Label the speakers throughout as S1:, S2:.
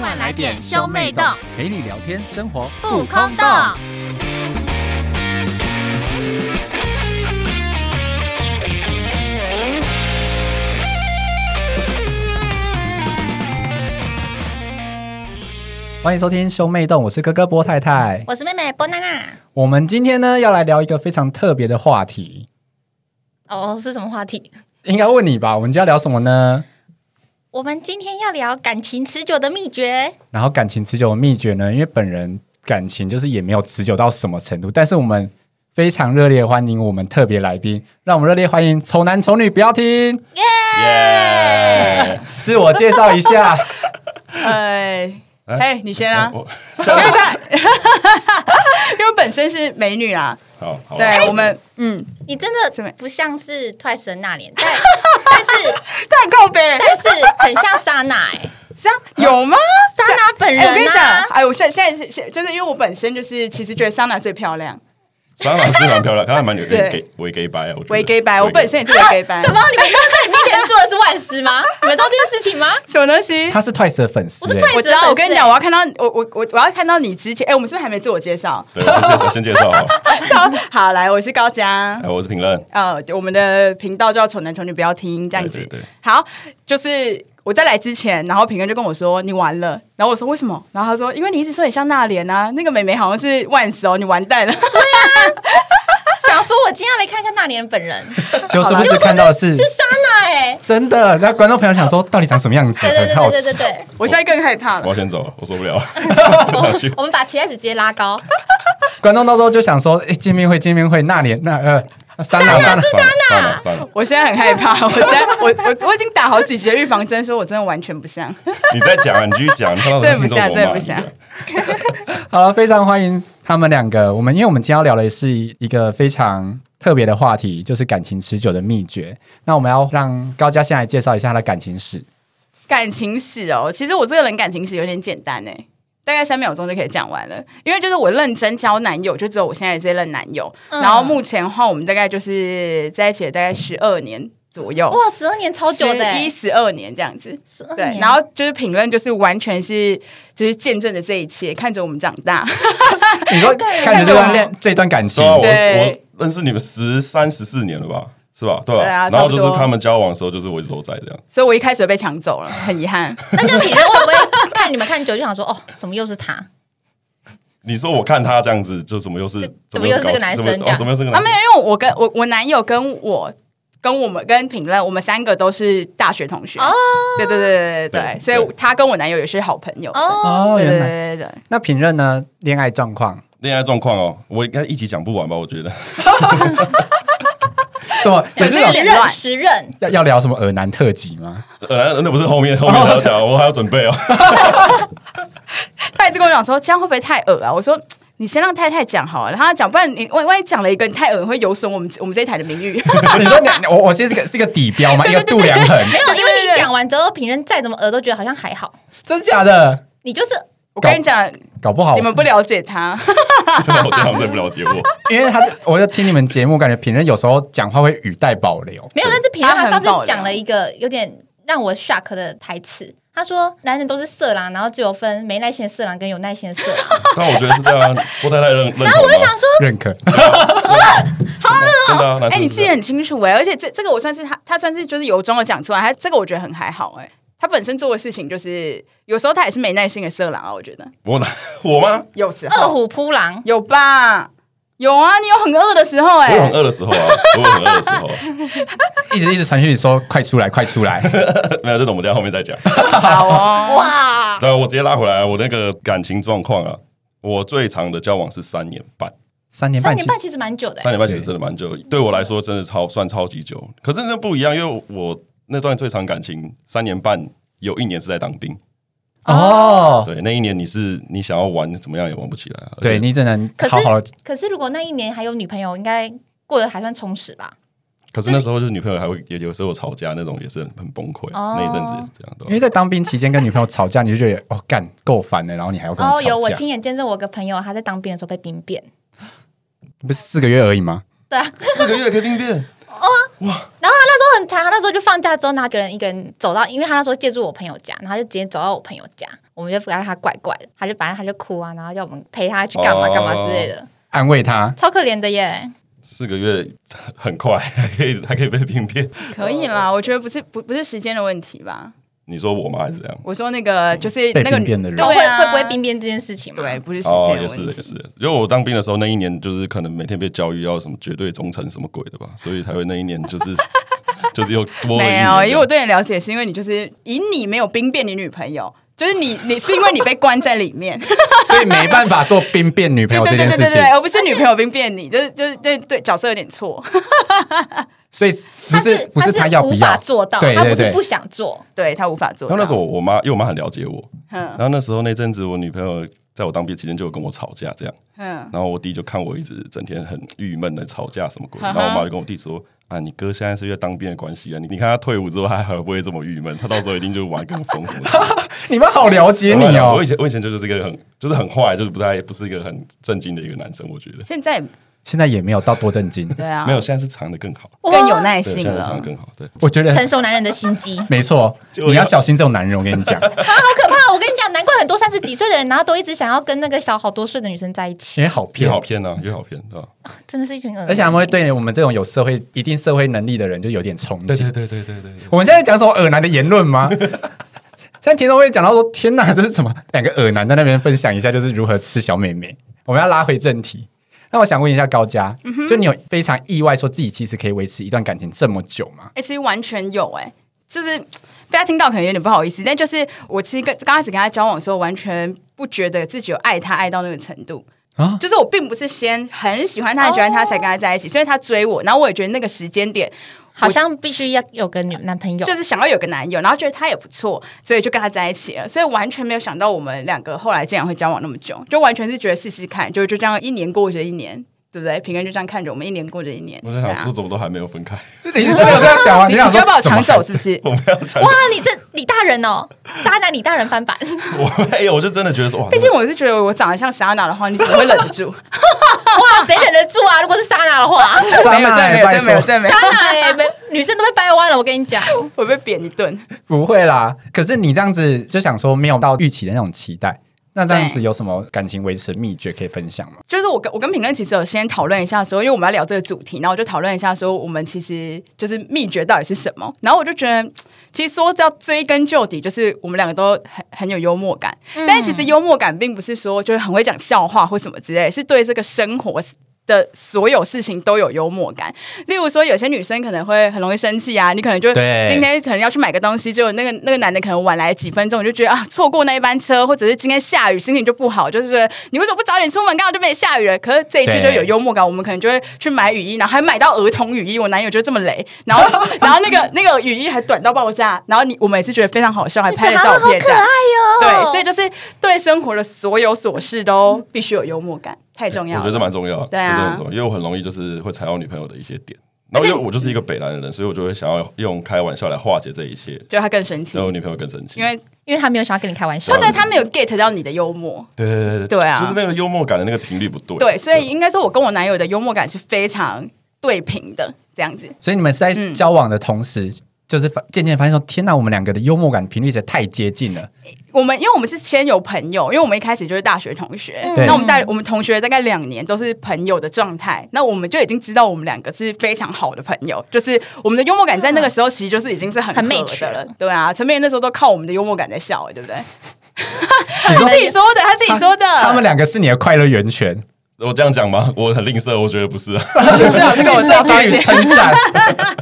S1: 快来点兄妹洞，
S2: 陪你聊天，生活
S1: 不空洞。
S2: 欢迎收听兄妹洞，我是哥哥波太太。
S1: 我是妹妹波娜娜。
S2: 我们今天呢要来聊一个非常特别的话题，
S1: 哦，是什么话题？
S2: 应该问你吧？我们今天要聊什么呢？
S1: 我们今天要聊感情持久的秘诀。
S2: 然后感情持久的秘诀呢？因为本人感情就是也没有持久到什么程度，但是我们非常热烈欢迎我们特别来宾，让我们热烈欢迎丑男丑女不要听，
S3: 耶！
S2: 自我介绍一下。
S4: 哎，哎，你先啊，
S3: 我
S4: 因为他， 因为我本身是美女啦，
S3: 好，好啊
S4: 对我们，嗯，
S1: 你真的不像是 Twice 的那脸，但 但是
S4: 太靠背，
S1: 但是很像莎娜哎、
S4: 这样有吗？
S1: 莎娜哦本
S4: 哎
S1: 人
S4: 我跟
S1: 啊
S4: 你
S1: 呢、
S4: 讲，哎，我现现在现就是因为我本身就是其实觉得桑娜最漂亮，
S3: 莎娜是蛮漂亮，她还蛮有点
S4: 对
S3: gay 微 gay 白啊，我觉得
S4: 我也 gay 白，我本身也是个 gay 白，
S1: 啊什么？你们刚刚在你面前做的是万事吗？你们知道这件事情吗？
S4: 什么东西？
S2: 他是 Twice 的粉丝、
S1: 我是
S2: 欸
S1: Twice
S4: 我知道，我跟你讲，
S1: 粉丝欸
S4: 我要看到我我我我要看到你之前，哎，我们是不是还没自我介绍？
S3: 对，我先介绍，先介绍啊，
S4: 好，来，我是高佳
S3: 哎，我是评论，
S4: 呃，我们的频道叫“丑男丑女”，不要听这样子。
S3: 对对对
S4: 好，就是我在来之前，然后平哥就跟我说你完了，然后我说为什么？然后他说因为你一直说你像那莲啊，那个美眉好像是万斯哦，你完蛋了。
S1: 想说我今天要来看一下那脸本人，
S2: 哎就是不
S1: 结果说
S2: 是看到的是
S1: 是莎娜哎，
S2: 真的。那观众朋友想说，到底长什么样子？
S1: 对对
S2: 很
S1: 对
S2: 好
S1: 对
S2: 奇
S1: 对。对对，
S4: 我现在更害怕
S3: 我
S4: 了
S3: 要。先走了，我受不了，
S1: 我我们把期待值直接拉高，
S2: 观众到时候就想说，哎、见面会，见面会，那年那呃，三
S1: 娜
S2: 两
S1: 是
S3: 算了
S1: 莎娜
S3: 算了算了，
S4: 我现在很害怕，我现在我我我已经打好几节预防针，说我真的完全不像。
S3: 你再讲啊，你继续 讲，你看到
S4: 真的不
S3: 听众
S4: 像
S3: 怎么骂
S4: 真的不
S3: 你
S4: 像
S3: 的
S2: 好了，非常欢迎他们两个。我们因为我们今天要聊的是一个非常特别的话题，就是感情持久的秘诀。那我们要让高嘉先来介绍一下他的感 情史。
S4: 感情史哦，其实我这个人感情史有点简单哎，大概三秒钟就可以讲完了。因为就是我认真交男友，就只有我现在这任男友。
S1: 嗯
S4: 然后目前的话，我们大概就是在一起了大概十二年左右，
S1: 哇，十二年超久的、
S4: 一
S1: 欸，嗯
S4: 十二年这样子。
S1: 十二
S4: 对
S1: 年，，
S4: 然后就是评论，就是完全是就是见证着这一切，看着我们长大。
S2: 你说看着这
S4: 看着我
S2: 段这段感情
S3: 对，啊，我
S4: 对
S3: 我认识你们十三十四年了吧？是吧？对
S4: 对
S3: 吧
S4: 啊？
S3: 然后
S4: 差不
S3: 就
S4: 多
S3: 是他们交往的时候，就是我一直都在这样。
S4: 所以我一开始就被抢走了，很遗憾。
S1: 那就品人会不会看你们看久就想说，哦，怎么又是他？
S3: 你说我看他这样子，就怎么又是
S1: 就怎么又是
S3: 搞
S1: 这个男生
S3: 怎么
S1: 这样
S3: 哦怎么又是这个
S4: 啊，
S3: 男
S4: 没
S3: 生
S4: 有，？因为我跟我我男友跟我跟我们跟评论，我们三个都是大学同学。
S1: 哦，
S4: 对对对对对
S3: 对
S4: 对，所以他跟我男友也是好朋友。
S1: 哦
S2: 哦，
S4: 对对
S2: 原来
S4: 对对对，
S2: 那评论呢？恋爱状况
S3: 恋爱状况哦，我应该一起讲不完吧？我觉得
S2: 怎么？每
S1: 两个
S2: 次
S4: 有
S2: 有
S4: 点
S1: 人
S4: 乱
S1: 十任，
S2: 要要聊什么耳男特辑吗？
S3: 呃，那不是后面后面还要讲， 我还要准备哦。
S4: 他一直跟我讲说，这样会不会太恶啊？我说。你先让太太讲好了，然后她讲，不然你万万一讲了一个你太恶，会有损我们我们这一台的名誉。
S2: 你说两我我其实是个是个底标嘛，一个度量衡，
S1: 没有，因
S4: 对
S1: 为
S4: 对
S1: 你
S4: 对
S1: 讲完之后，评论再怎么讹都觉得好像还好，
S2: 真假的？
S1: 你就是
S4: 我跟你讲，
S2: 搞不好
S4: 你们不了解他，
S3: 真啊的，我真的最不了解我。
S2: 因为他这，我就听你们节目，感觉评论有时候讲话会语带保留。
S1: 没有。但是评论
S4: 他
S1: 他
S4: 很
S1: 上次
S4: 爆料
S1: 讲了一个有点让我 shock 的台词，他说男人都是色狼，然后只有分没耐心的色狼跟有耐心的色狼。
S3: 但我觉得是这样，啊郭太太认认同。
S1: 然后我就想说，哦
S2: 认可，
S3: 真的啊，男
S4: 哎、
S3: 生
S4: 你
S3: 是这
S4: 记得
S3: 样
S4: 很清楚哎、而且这这个我算是他，他算是就是由衷的讲出来，他这个我觉得很还好哎、他本身做的事情就是，有时候他也是没耐心的色狼啊，我觉得
S3: 我哪 我吗？
S4: 有时
S1: 二
S4: 候
S1: 虎扑狼，
S4: 有吧，有啊，你有很恶的时候
S3: 我
S4: 哎、
S3: 有很饿的时 候啊，我有很饿的时候啊，
S2: 一直一直传讯息说快出来，快出来。
S3: 没有，这种我们在后面再讲。
S4: 好哦，
S1: 哇，
S3: 对，我直接拉回来，我那个感情状况啊，我最长的交往是三年半，
S2: 三年
S1: 三
S2: 半，
S1: 年半其实蛮久的欸、
S3: 三年半其实真的蛮久，对我来说真的超算超级久。可是那不一样，因为我那段最长感情三年半，有一年是在当兵。
S2: 哦，
S3: 对，那一年你是你想要玩怎么样也玩不起来啊。而且
S2: 对你只能
S1: 可是
S2: 好好的。
S1: 可是如果那一年还有女朋友，应该过得还算充实吧？
S3: 可是那时候就是女朋友还会也有时候吵架那种，也是很很崩溃。啊
S1: 哦
S3: 那一阵子也是这样，对
S2: 因为
S3: 吧。
S2: 在当兵期间跟女朋友吵架，你就觉得哦干够烦了，然后你还要跟她
S1: 哦，有
S2: 吵
S1: 我
S2: 架，
S1: 亲眼见证，我有个朋友他在当兵的时候被兵变，
S2: 不是四个月而已吗？
S1: 对啊，
S3: 四个月可以兵变，
S1: 然后他那时候很惨，他那时候就放假之后，他一个人一个人走到，因为他那时候借住我朋友家，然后他就直接走到我朋友家，我们就感觉他怪怪的，他就反正他就哭啊，然后要我们陪他去干嘛
S3: 哦
S1: 干嘛之类的，
S2: 安慰他。
S1: 超可怜的耶。
S3: 四个月很快， 还可以还可以被兵变。
S4: 可以啦，我觉得不是不不是时间的问题吧。
S3: 你说我吗？还是怎样？
S4: 我说那
S3: 嗯
S4: 个就是
S2: 被
S4: 那个
S2: 兵变的人
S1: 然
S4: 对
S1: 后会
S4: 啊
S1: 会不会兵变这件事情嘛？
S4: 对，，不是时
S3: 哦，
S4: 间的
S3: 也是
S4: 问
S3: 的，也是
S4: 题。
S3: 的。因为我当兵的时候，那一年就是可能每天被教育要什么绝对忠诚什么鬼的吧，所以才会那一年就是 就是又多了一
S4: 没
S3: 年
S4: 有，因为我对你了解是因为你就是以你没有兵变你女朋友，就是你你是因为你被关在里 面，
S2: 所以没办法做兵变女朋
S4: 对
S2: 友
S4: 对
S2: 这
S4: 对
S2: 件
S4: 对
S2: 事
S4: 对
S2: 情
S4: 对，，而不是女朋友兵变你，就是就是对对角色有点错，
S2: 所以不
S1: 他
S2: 是不
S1: 他
S2: 他要不
S1: 无法
S2: 要，
S1: 做到，
S2: 对
S1: 他不
S2: 对
S1: 是
S2: 对
S1: 不想做，
S4: 对他无法做
S3: 然后
S4: 到。
S3: 那时候我我妈，因为我妈很了解我，然
S4: 嗯
S3: 后那时候那阵子我女朋友在我当兵期间就有跟我吵架这样，
S4: 嗯，
S3: 然后我弟就看我一直整天很郁闷的吵架什么鬼，
S4: 哈
S3: 然
S4: 哈
S3: 后我妈就跟我弟说。啊，你哥现在是因为当兵的关系啊，你你看他退伍之后，他还会不会这么郁闷？他到时候一定就玩跟疯什么的。
S2: 你们好了解你哦
S3: 啊我以。前我以前就是一个很就是很坏，就是不太不是一个很正经的一个男生，我觉得。
S4: 现在也
S2: 现在也没有到多震惊，
S4: 对啊，
S3: 没有，现在是藏的更好，
S4: 更有耐
S3: 对，现
S4: 性
S3: 在是藏的
S4: 了。
S3: 更好，对。
S2: 我觉
S1: 成
S2: 得
S1: 熟男人的心机。
S2: 没错，
S3: 就
S2: 你要
S3: 要
S2: 小心这种男人，我跟你 讲，
S1: 好可怕！我跟你讲，难怪很多三十几岁的人，然后都一直想要跟那个小好多岁的女生在一起，
S2: 也好
S3: 越
S2: 骗
S3: 好。骗啊呢，越好骗，对吧？
S1: 真的是一群恶人。
S2: 嗯而且他们会对我们这种有社会一定社会能力的人就有点憧憬。
S3: 对对对对对。
S2: 我们现在讲什么耳男的言论吗？ 现在听众会讲到说：“天哪，这是什么？”两个耳男在那边分享一下，就是如何吃小妹妹。我们要拉回正题。那我想问一下高佳，
S4: 嗯
S2: 就你有非常意外说自己其实可以维持一段感情这么久吗？
S4: 哎、其实完全有哎、就是被他听到可能有点不好意思，但就是我其实跟刚开始跟他交往的时候，完全不觉得自己有爱他爱到那个程度。
S2: 啊
S4: 就是我并不是先很喜欢他，很喜欢他才跟他在一起，是因为他追我，然后我也觉得那个时间点
S1: 好像必须要有个女男朋友，
S4: 就是想要有个男友，然后觉得他也不错，所以就跟他在一起了。所以完全没有想到我们两个后来竟然会交往那么久，就完全是觉得试试看，就就这样一年过着一年，对不对？平安就这样看着我们一年过着一年。
S3: 我在想，
S4: 对啊
S3: 说怎么都还没有分开，
S2: 啊你是真 的有这样想吗？
S4: 你
S2: 想
S4: 就
S2: 说
S4: 要把我
S2: 怎么
S4: 抢走
S2: 还
S4: 是不是？
S3: 我没有讲
S1: 哇，，你这李大人哦，渣男李大人翻版，
S3: 我没有，我就真的觉得说，哇，
S4: 毕竟我是觉得我长得像莎娜的话，你怎么会忍 得住？
S1: 哇，谁忍得住啊？如果是莎娜的话，
S2: 莎
S4: 没有，真的
S2: 娜
S4: 没
S2: 也
S4: 有，真
S2: 拜
S4: 的没有，
S2: 托，
S4: 真的没有
S1: 莎，娜哎，没女生都被掰弯了，我跟你讲，
S4: 我被扁一顿。
S2: 不会啦。可是你这样子就想说没有到预期的那种期待，那这样子
S4: 对
S2: 有什么感情维持秘诀可以分享吗？
S4: 就是我跟我跟评论其实有先讨论一下说，因为我们要聊这个主题，然后我就讨论一下说，我们其实就是秘诀到底是什么。然后我就觉得，其实说到追根究底，就是我们两个都很很有幽默感，但是其实幽默感并不是说就是很会讲笑话或什么之类，是对这个生活。的所有事情都有幽默感，例如说，有些女生可能会很容易生气啊，你可能就
S2: 对
S4: 今天可能要去买个东西，就那个那个男的可能晚来几分钟，你就觉得啊，错过那一班车，或者是今天下雨，心情就不好，就是觉得你为什么不早点出门，刚好就没下雨了。可是这一切就
S2: 对
S4: 有幽默感，我们可能就会去买雨衣，然后还买到儿童雨衣，我男友就这么雷，然后然后那个那个雨衣还短到爆炸，然后你我们也是觉得非常好笑，还拍了照片这样。对，所以就是对生活的所有琐事都必须有幽默感，太重
S3: 我
S4: 要
S3: 觉得这
S4: 了。
S3: 蛮重要的，
S4: 对啊
S3: 这真的很重要，因为我很容易就是会踩到女朋友的一些点，然后因为我就是一个北南的人，所以我就会想要用开玩笑来化解这一切，
S4: 就他更生气
S3: 然后，我女朋友更生气，
S4: 因为
S1: 因为他没有想要跟你开玩笑
S4: 或。者他没有 get 到你的幽默。
S3: 对对对对
S4: 对啊
S3: 就是那个幽默感的那个频率不对，
S4: 对，所以应该说，我跟我男友的幽默感是非常对平的，这样子。
S2: 所以你们是在
S4: 嗯
S2: 交往的同时，就是发渐渐发现说，天哪，我们两个的幽默感频率实在太接近 了。
S4: 我们因为我们是先有朋友，因为我们一开始就是大学同学，
S2: 对
S4: 那我们大我们同学大概两年都是朋友的状态，那我们就已经知道我们两个是非常好的朋友，就是我们的幽默感在那个时候其实就是已经是很
S1: 很
S4: 合
S1: match
S4: 的了
S1: 了，
S4: 对啊，陈美人那时候都靠我们的幽默感在笑、欸，对不对？
S2: 你
S4: 他
S2: 说
S4: 自己说的，他自己说的，
S2: 他们两个是你的快乐源泉，
S3: 我这样讲吗？我很吝啬，我觉得不是 啊，
S4: 最好 是跟我
S2: 你
S4: 道
S2: 要
S4: 歉
S2: 给
S4: 一
S2: 予
S4: 点，
S2: 称 赞。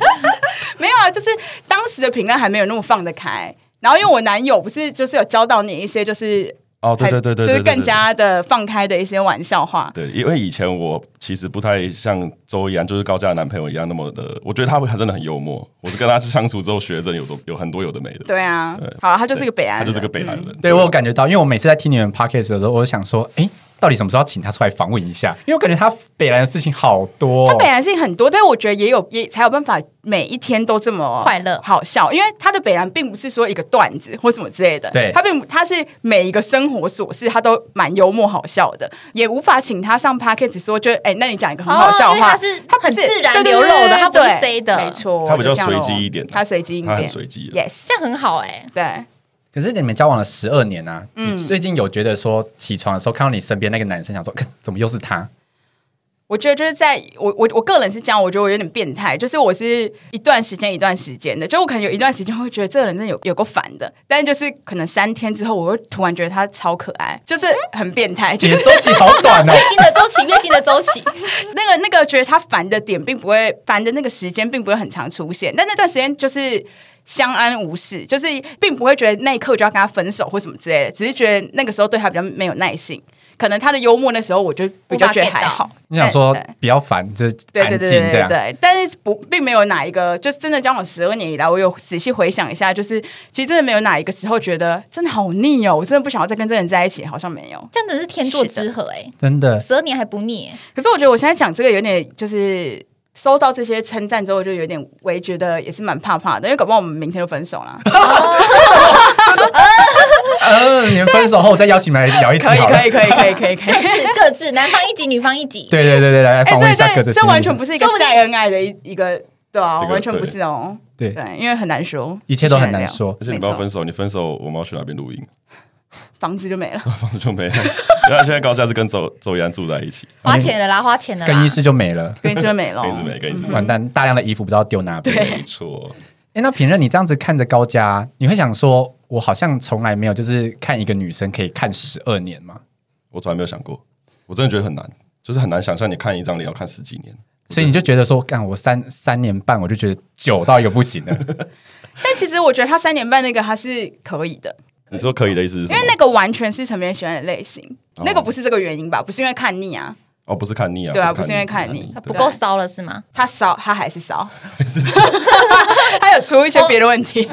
S4: 没有啊，就是当时的评论还没有那么放得开。然后，因为我男友不是就是有教导你一些就是
S3: 哦，对对对对，对
S4: 就是
S3: 对对
S4: 更加的放开的一些玩笑话，
S3: 对，因为以前我其实不太像周一安，就是高佳的男朋友一样那么的，我觉得他会真的很幽默。我是跟他相处之后学着有多有很多有的没的。
S4: 对啊
S3: 对，
S4: 好，他就是个北
S3: 他
S4: 岸，嗯
S3: 就是个北南人。啊
S2: 对我有感觉到，因为我每次在听你们 podcast 的时候，我就想说，哎，到底什么时候要请他出来访问一下？因为我感觉他北兰的事情好多、
S4: 他本来事情很多，但是我觉得也有也才有办法每一天都这么
S1: 快乐
S4: 好笑，因为他的北兰并不是说一个段子或什么之类的，
S2: 对
S4: 他并不他是每一个生活琐事他都蛮幽默好笑的，也无法请他上 p a c k a g e 说就哎、那你讲一个很好笑
S1: 哦
S4: 的
S1: 因为
S4: 话，
S1: 他是
S4: 他不
S1: 很自然
S4: 对对
S1: 流露的
S4: 对对
S1: 他不是
S4: 对
S1: 塞的
S4: 没错，
S3: 他比较
S4: 就这样咯
S3: 随机一点啊
S4: 他随机一点，
S3: 他很随机啊
S4: Yes，
S1: 这样很好哎、
S4: 对，
S2: 可是你们交往了十二年啊，
S4: 嗯
S2: 你最近有觉得说起床的时候看到你身边那个男生，想说看怎么又是他？
S4: 我觉得就是在我我我个人是这样，我觉得我有点变态，就是我是一段时间一段时间的，就我可能有一段时间会觉得这个人真的有有够烦的，但是就是可能三天之后，我会突然觉得他超可爱，就是很变态，就
S2: 你
S4: 是
S2: 的周期好短 哦，
S1: 月经的周期，月经的周期，
S4: 那个那个觉得他烦的点，并不会烦的那个时间，并不会很常出现，但那段时间就是相安无事，就是并不会觉得那一刻就要跟他分手或什么之类的，只是觉得那个时候对他比较没有耐性，可能他的幽默那时候我就比较觉得还好。
S2: 你想说
S4: 对对
S2: 比较烦，就是
S4: 对
S2: 安
S4: 对
S2: 静这
S4: 对对对
S2: 样。
S4: 对，但是不并没有哪一个，就是真的交往十二年以来，我有仔细回想一下，就是其实真的没有哪一个时候觉得真的好腻哦，我真的不想要再跟这个人在一起，好像没有。
S1: 这样子是天作之合哎、
S2: 真的，
S1: 十二年还不腻、欸，
S4: 可是我觉得我现在讲这个有点就是。收到这些称赞之后，就有点我也觉得也是蛮怕怕的，因为搞不好我们明天就分手 了。
S2: 呃，你们分手后再邀请你们来聊一集
S4: 可以，
S2: 好了。
S4: 可以，可以，可以，可以， 可以
S1: 各。自 各自，男方一集，女方一集，
S2: 对对对对，来
S4: 哎，
S2: 访问一下各
S4: 这
S2: 自
S4: 这
S2: 心
S4: 这
S2: 里
S4: 完全不是一个
S1: 说不定
S4: 晒恩爱的一一个，对啊，
S3: 这个
S4: 完全不是哦。
S2: 对，
S4: 对，因为很难说，
S2: 一切都很难
S4: 聊
S2: 说
S3: 而且你
S4: 没
S3: 不要
S4: 错
S3: 分手，你分手我们要去哪边录音？
S4: 房子就没 了。
S3: 房子就没了。然后现在高下是跟周周怡安住在一起，
S1: 花钱了啦，花钱了啦，
S2: 更衣室就没了，
S4: 跟你说没了，
S3: 跟一直没，跟一
S4: 嗯
S3: 直没，
S2: 完蛋，大量的衣服不知道丢哪边。
S3: 没错。
S2: 哎，那品任，你这样子看着高佳，你会想说，我好像从来没有就是看一个女生可以看十二年吗？
S3: 我从来没有想过，我真的觉得很难，就是很难想象你看一张脸要看十几年。
S2: 所以你就觉得说，干我三三年半，我就觉得久到一个不行 了。
S4: 但其实我觉得他三年半那个他是可以的，
S3: 你说可以的意思是什
S4: 因
S3: 么？
S4: 为那个完全是陈明喜欢的类型，
S3: 哦
S4: 那个不是这个原因吧？不是因为看腻啊，
S3: 哦，不是看腻啊，
S4: 对啊
S3: 看腻
S4: 不是因为看腻
S1: 他不够骚了是吗？
S4: 他骚，他还是骚，
S3: 对是
S4: 他有出一些别的 问题，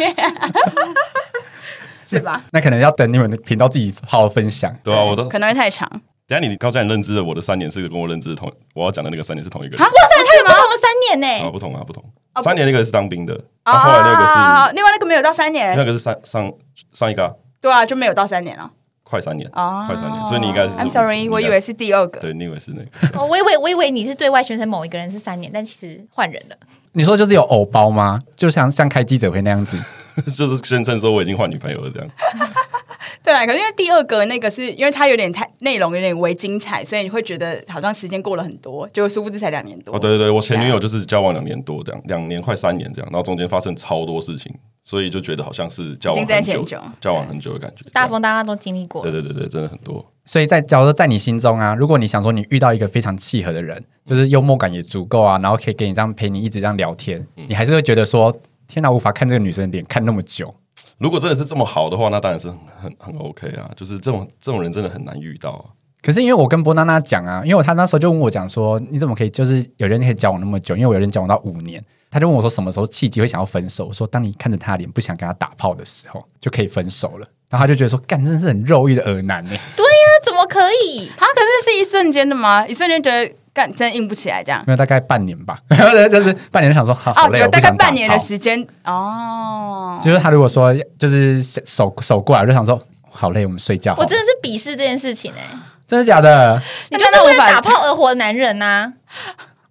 S4: 是吧？
S2: 那可能要等你们的频道自己好好分享。
S3: 对啊，我都
S4: 可能会太长，
S3: 等一下你高嘉，你认知的我的三年是跟我认知的同，我要讲的那个三年是同一个人
S4: 啊
S1: 哇塞，他有不同的三年呢、
S3: 啊，不同啊，不同
S4: 哦。不哦
S3: 三年那个是当兵的，啊，后来那个
S4: 啊另外那个没有到三
S3: 是那个
S4: 年，
S3: 是上上上一个啊
S4: 对啊，就没有到三年了
S3: 快三年，
S4: 啊，
S3: 快三年，所以你应该是
S4: I'm sorry，
S3: 你应该
S4: 我以为是第二个，
S3: 对，你以为是那个，
S1: 哦，我以为我以为你是对外宣称某一个人是三年，但其实换人了。
S2: 你说就是有偶包吗？就像像开记者会那样子，
S3: 就是宣称说我已经换女朋友了这样。
S4: 对啊，可是因为第二个那个是因为它有点太内容有点微精彩，所以你会觉得好像时间过了很多，就殊不知才两年多。
S3: 哦，对对对，我前女友就是交往两年多这样，两年快三年这样，然后中间发生超多事情，所以就觉得好像是交往
S4: 已经在
S3: 很
S4: 一起
S3: 久
S4: 很久，
S3: 交往很久的感觉。
S1: 大风大浪都经历过
S3: 对
S1: 了，
S3: 对对对，真的很多。
S2: 所以在假如说在你心中啊，如果你想说你遇到一个非常契合的
S4: 嗯
S2: 人，就是幽默感也足够啊，然后可以给你这样陪你一直这样聊天，
S4: 嗯
S2: 你还是会觉得说天哪，无法看这个女生的脸看那么久。
S3: 如果真的是这么好的话，那当然是很很很 OK 啊。就是这种这种人真的很难遇到、啊。
S2: 可是因为我跟波娜娜讲啊，因为她那时候就问我讲说，你怎么可以就是有人可以交往那么久？因为我有人交往到五年，她就问我说什么时候契机会想要分手？我说当你看着她的脸不想跟她打炮的时候，就可以分手了。然后她就觉得说，干，真的是很肉欲的耳男呢、欸
S1: 那怎么可以？
S4: 啊，可是是一瞬间的吗？一瞬间觉得干真硬不起来这样。
S2: 没有大概半年吧， 就是半年就想说，好，好
S4: 哦，
S2: 累，
S4: 有
S2: 我不
S4: 大概
S2: 想打
S4: 半年的
S2: 炮
S4: 时间哦。
S2: 就是他如果说就是手手过来，我就想说好累，我们睡觉好
S1: 我
S2: 了。
S1: 真的是鄙视这件事情哎、
S2: 真的假的？
S1: 你
S4: 你
S1: 就
S4: 就是是
S1: 为
S4: 为
S1: 了
S4: 了
S1: 打
S4: 打
S1: 炮而活的男人呐、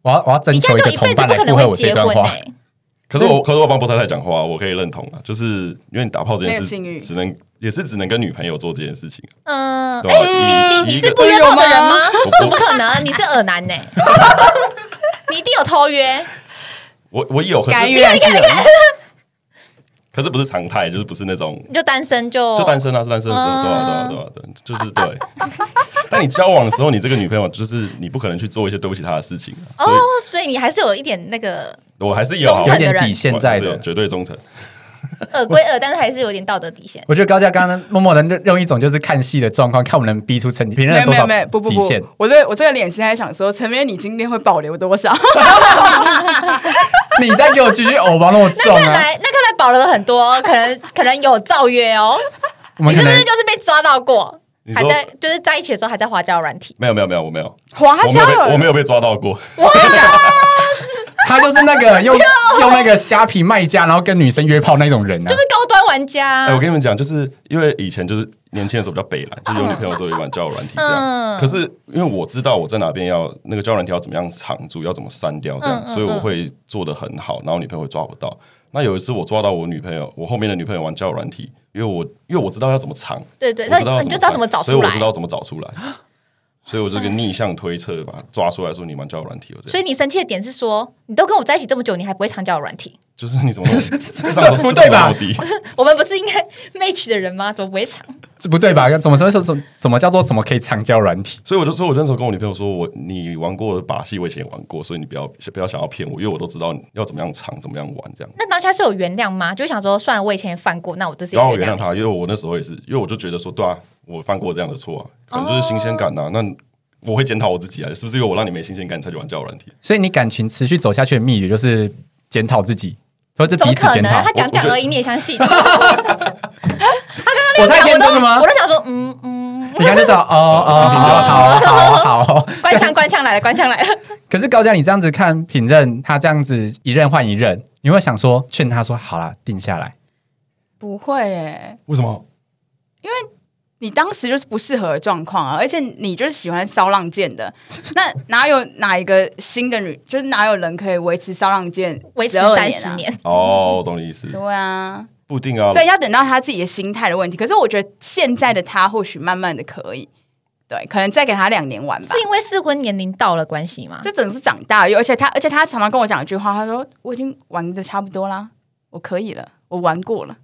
S2: 我要我要征
S1: 你这
S2: 求
S1: 样
S2: 一
S1: 到一
S2: 个
S1: 辈子
S2: 同伴
S1: 不
S2: 来
S1: 可
S2: 附
S1: 能
S2: 和
S1: 会
S2: 我这
S1: 结
S2: 段
S1: 婚
S2: 话
S1: 哎、。
S3: 可是我，可是我帮波太太讲话，我可以认同啊，就是因为你打炮这件
S4: 没有性欲
S3: 事，只能也是只能跟女朋友做这件事情啊，
S1: 嗯，
S3: 对吧、
S1: 哎、
S3: 以
S1: 你
S3: 以一
S1: 是
S3: 个
S1: 不约炮的人吗
S3: 我？不
S1: 怎么可能？你是耳男 呢、你一定有偷约，
S3: 我我有，可
S4: 该
S3: 是
S4: 约还是有
S3: 可是不是常态，就是不是那种
S1: 你就单身就
S3: 就单
S1: 哦
S3: 身啊，是单身的时候，对啊，对啊，对啊，对啊，就是对。 但你交往的时候，你这个女朋友就是你不可能去做一些对不起她的事情啊、所
S1: 哦，所以你还是有一点那个
S3: 以我还是有啊，
S1: 忠
S2: 有
S1: 诚的
S2: 点
S1: 人
S2: 底线在
S3: 我还是有
S2: 的。
S3: 绝对忠诚。
S1: 耳归耳，但是还是有点道德底线。
S2: 我觉得高嘉刚刚默默的用一种就是看戏的状况，看我们能逼出成绩，评
S4: 没
S2: 论
S4: 有
S2: 多
S4: 没
S2: 少
S4: 有没有，不不
S2: 底
S4: 不
S2: 线。，
S4: 我这我这个脸是在想说，陈明，你今天会保 留多少？
S2: 你再给我继续偶包那么重
S1: 那看
S2: 啊！
S1: 来，那看 来保留了很多，可能可能有照约哦。
S2: 我们
S1: 你
S2: 可
S1: 是不
S2: 能
S1: 是就是被抓到过？
S3: 你
S1: 还
S3: 说
S1: 在就是在一起的时候还在花椒软体，
S3: 没有没有没有，我没有，
S4: 花
S3: 我没有
S4: 椒
S3: 被我没有被抓到过。
S2: 他就是那个 用用那个虾皮卖家，然后跟女生约炮那种人啊。
S1: 就是高端玩家
S3: 哎、
S1: 啊。
S3: 我跟你们讲，就是因为以前就是年轻的时候比较北蓝，
S1: 嗯
S3: 就是有女朋友的时候也玩交友软体这样。可是因为我知道我在哪边要那个交友软体要怎么样藏住，要怎么删掉
S1: 嗯
S3: 这样，所以我会做的很好，然后女朋友会抓不到。那有一次我抓到我女朋友，我后面的女朋友玩交友软体，因为我因为我知道要怎么藏，
S1: 对对，
S3: 我知道
S1: 那你就知道怎么找
S3: 藏所以
S1: 出
S3: 我
S1: 来。啊
S3: 知道怎么找出来。所以我这个逆向推测把它抓出来说你玩交友软体有这
S1: 所
S3: 样，
S1: 以你生气的点是说，你都跟我在一起这么久，你还不会长交友软体？
S3: 就是你 怎么这
S2: 这不对吧
S3: 低
S1: 我们不是应该 match 的人吗？怎么不会长？
S2: 这不对吧？怎么怎么怎么怎么叫做怎么可以长交软体？
S3: 所以我就说，我那时候跟我女朋友说，我你玩过的把戏，我以前也玩过，所以你不要不要想要骗我，因为我都知道要怎么样藏，怎么样玩这样。
S1: 那当下是有原谅吗？就想说，算了，我以前也犯过，那我这次也
S3: 然后我
S1: 原
S3: 原谅
S1: 谅你。
S3: 她，因为我那时候也是，因为我就觉得说，对啊，我犯过这样的错啊，可能就是新鲜感呐、啊。那我会检讨我自己啊，是不是因为我让你没新鲜感，你才去玩交友软体？
S2: 所以你感情持续走下去的秘诀就是检讨自己，或者
S1: 怎
S2: 彼
S1: 么
S2: 此
S1: 可
S2: 检
S1: 能？
S2: 讨
S1: 他。讲讲而已，你也相 信？我
S2: 我太天真了吗
S1: 都？想说，嗯嗯，
S2: 你看就 说哦哦，好好好好。
S1: 官 腔官腔来了，官腔来了。
S2: 可是高嘉，你这样子看品任，他这样子一任换一任，你会想说劝他说好啦，定下来。
S4: 不会诶、
S3: 为什么？
S4: 你当时就是不适合的状况啊，而且你就是喜欢骚浪贱的，那哪有哪一个新的女，就是哪有人可以维持骚浪贱
S1: 维持
S4: 12
S1: 三十
S4: 啊？
S1: 年，
S3: 哦，我懂你意思，
S4: 对啊，
S3: 不一定啊。
S4: 所以要等到他自己的心态的问题。可是我觉得现在的他或许慢慢的可以，对，可能再给他两年玩吧
S1: 是。啊因为适婚年龄到了关系吗？
S4: 这整是长大，而且他，而且他常常跟我讲一句话，他说：“我已经玩的差不多啦，我可以了，我玩过了。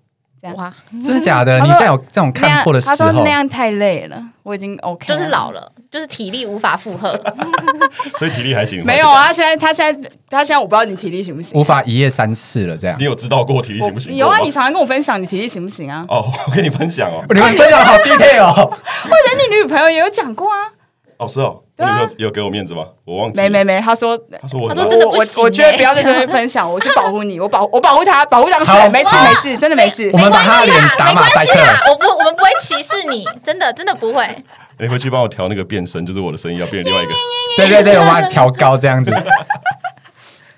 S4: 这
S1: 哇，
S2: 真的假的？
S4: 他
S2: 你
S4: 说
S2: 这样有这种
S4: 那
S2: 看
S4: 样
S2: 破的时
S4: 嗯他说
S2: 候
S4: 那，样太累了，我已经 OK，
S1: 就是
S4: 了
S1: 老了，就是体力无法负荷。
S3: 所以体力还行。
S4: 没有啊。他现在，他现在，他现在，我不知道你体力行不行。
S2: 无法一夜三次了这样
S3: 你。有知道过体力行不行？
S4: 有啊，
S3: 过吗
S4: 你常啊常跟我分享你体力行不行啊？
S1: 嗯
S3: 哦，我跟你分享哦。
S2: 你们分享的好 detail 哦。
S4: 但你女朋友也有讲过啊。
S3: 哦，是哦，你
S4: 对啊
S3: 有有给我面子吗？我忘记了。
S4: 没没没，他说
S3: 他说我
S1: 他说
S3: 很好
S1: 真的不
S4: 我
S1: 行
S4: 我我觉得
S1: 欸
S4: 不要在这边分享，我去保护你，我保我保护他，保护当事
S2: 好
S4: 人，没事没事，真的没事
S2: 我。们把他的
S1: 没
S2: 脸
S1: 关系啦，
S2: 打
S1: 没
S2: 马
S1: 关
S2: 赛
S1: 系啦
S2: 克，
S1: 我不，我们不会歧视你，真的，真的不会。
S3: 你哎回去帮我调那个变声，就是我的声音要变另外一个。
S2: 对对对，我把它调高这样子。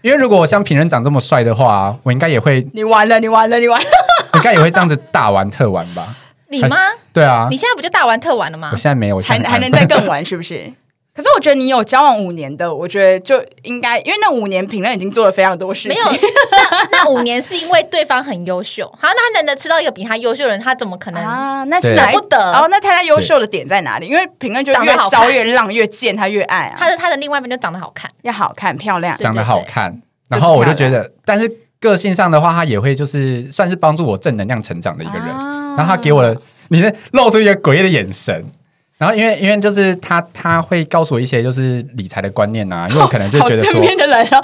S2: 因为如果我像品任长这么帅的话，我应该也会，
S4: 你完了，你完了，你 完了。
S2: 我应该也会这样子大玩特玩吧？
S1: 你吗？
S2: 对啊
S1: 你，现在不就大玩特玩了吗
S2: 我？现在没有，我
S4: 还
S2: 现在
S4: 还能再更玩是不是？可是我觉得你有交往五年的，我觉得就应该，因为那五年评论已经做了非常多事情。
S1: 没有，那 那五年是因为对方很优秀。好，那他难得吃到一个比他优秀的人，他怎么可能？
S4: 啊，那
S2: 对
S4: 是哪一
S1: 舍不得
S4: 哦，那他他优秀的点在哪里？因为评论就
S1: 长得
S4: 越
S1: 好
S4: 骚
S1: 看
S4: 越浪越贱，他越爱啊，
S1: 他的他的另外一半就长得好看，
S4: 要好看漂亮。
S2: 长得好看，
S4: 对
S2: 然
S4: 对
S2: 后我就觉得，但是个性上的话，他也会就是算是帮助我正能量成长的一个人。
S4: 啊
S2: 然后他给我的，你那露出一个诡异的眼神。然后因为因为就是他他会告诉我一些就是理财的观念啊， 因为我可能就
S4: 好
S2: 觉得
S4: 正
S2: 说，
S4: 面的人哦，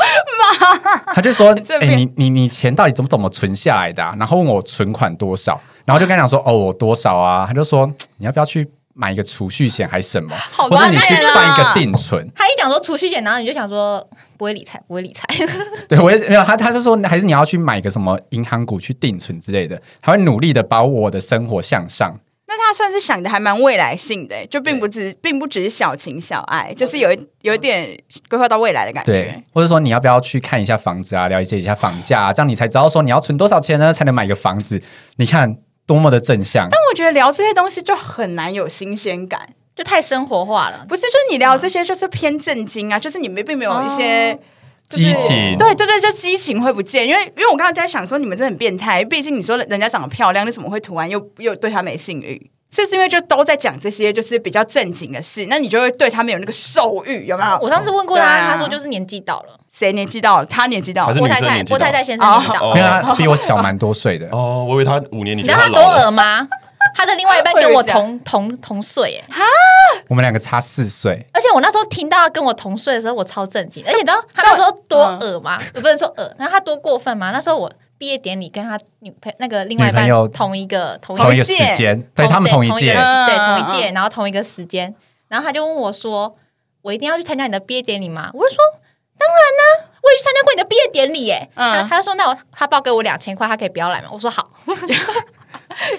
S2: 他就 说
S4: 这：“
S2: 哎、
S4: 边
S2: 你你你钱到底怎么怎么存下来的、啊？”然后问我存款多少，然后就跟他讲说：“哦，我多少啊？”他就说：“你要不要去买一个储蓄险还是什么？
S4: 好
S2: 或是你去
S1: 当然
S2: 办一个
S4: 啦
S2: 定存
S1: 他一讲说储蓄险，然后你就想说不会理财，不会理财。？”
S2: 对我也没有他，他就说还是你要去买个什么银行股去定存之类的，他会努力的把我的生活向上。
S4: 那他算是想的还蛮未来性的，欸就并不只并不只是小情小爱，就是有一有一点规划到未来的感觉
S2: 对。，或者说你要不要去看一下房子啊，了解一下房价、啊，这样你才知道说你要存多少钱呢才能买一个房子。你看多么的正向，
S4: 但我觉得聊这些东西就很难有新鲜感。
S1: 就太生活化了。
S4: 不是，就是你聊这些就是偏震惊啊，就是你们并没有一些。
S1: 哦
S4: 就是
S2: 激情
S4: 对对对，就激情会不见，因为因为我刚刚在想说，你们真的很变态。毕竟你说人家长得漂亮，你怎么会突然又又对她没性欲？这是因为就都在讲这些就是比较正经的事，那你就会对他们有那个兽欲，有没有？
S1: 我上次问过他，
S4: 对啊
S1: 他说就是年纪到了，
S4: 谁年纪到了？他年纪到
S3: 还是
S4: 了，
S1: 郭
S3: 女
S1: 太
S3: 生
S1: 太
S3: 年纪到
S1: 郭太太先生
S4: 哦
S1: 年纪到了，
S2: 因为他啊比我小蛮多岁的。
S3: 哦，我以为他五年，你
S1: 你
S3: 觉
S1: 知道
S3: 得他
S1: 他
S3: 老
S1: 多
S3: 了？
S1: 耳吗？他的另外一半跟我同同同岁耶，
S2: 我们两个差四岁，
S1: 而且我那时候听到他跟我同岁的时候，我超震惊。而且你知道他那时候多恶吗？
S2: 嗯
S1: 我不能说恶，然后他多过分吗？那时候我毕业典礼跟他女朋那个另外一半
S2: 女朋友
S1: 同一个同一
S2: 同
S1: 个
S2: 一个
S4: 届
S2: 时间，对他们同一届
S1: 对，
S4: 嗯
S1: 对同一届，然后同一个时间，然后他就问我说：“我一定要去参加你的毕业典礼吗？”我就说：“当然啦、我也去参加过你的毕业典礼耶。”他
S4: 嗯
S1: 他就说：“那我他报给我两千块，他可以不要来嘛？”我说：“好。”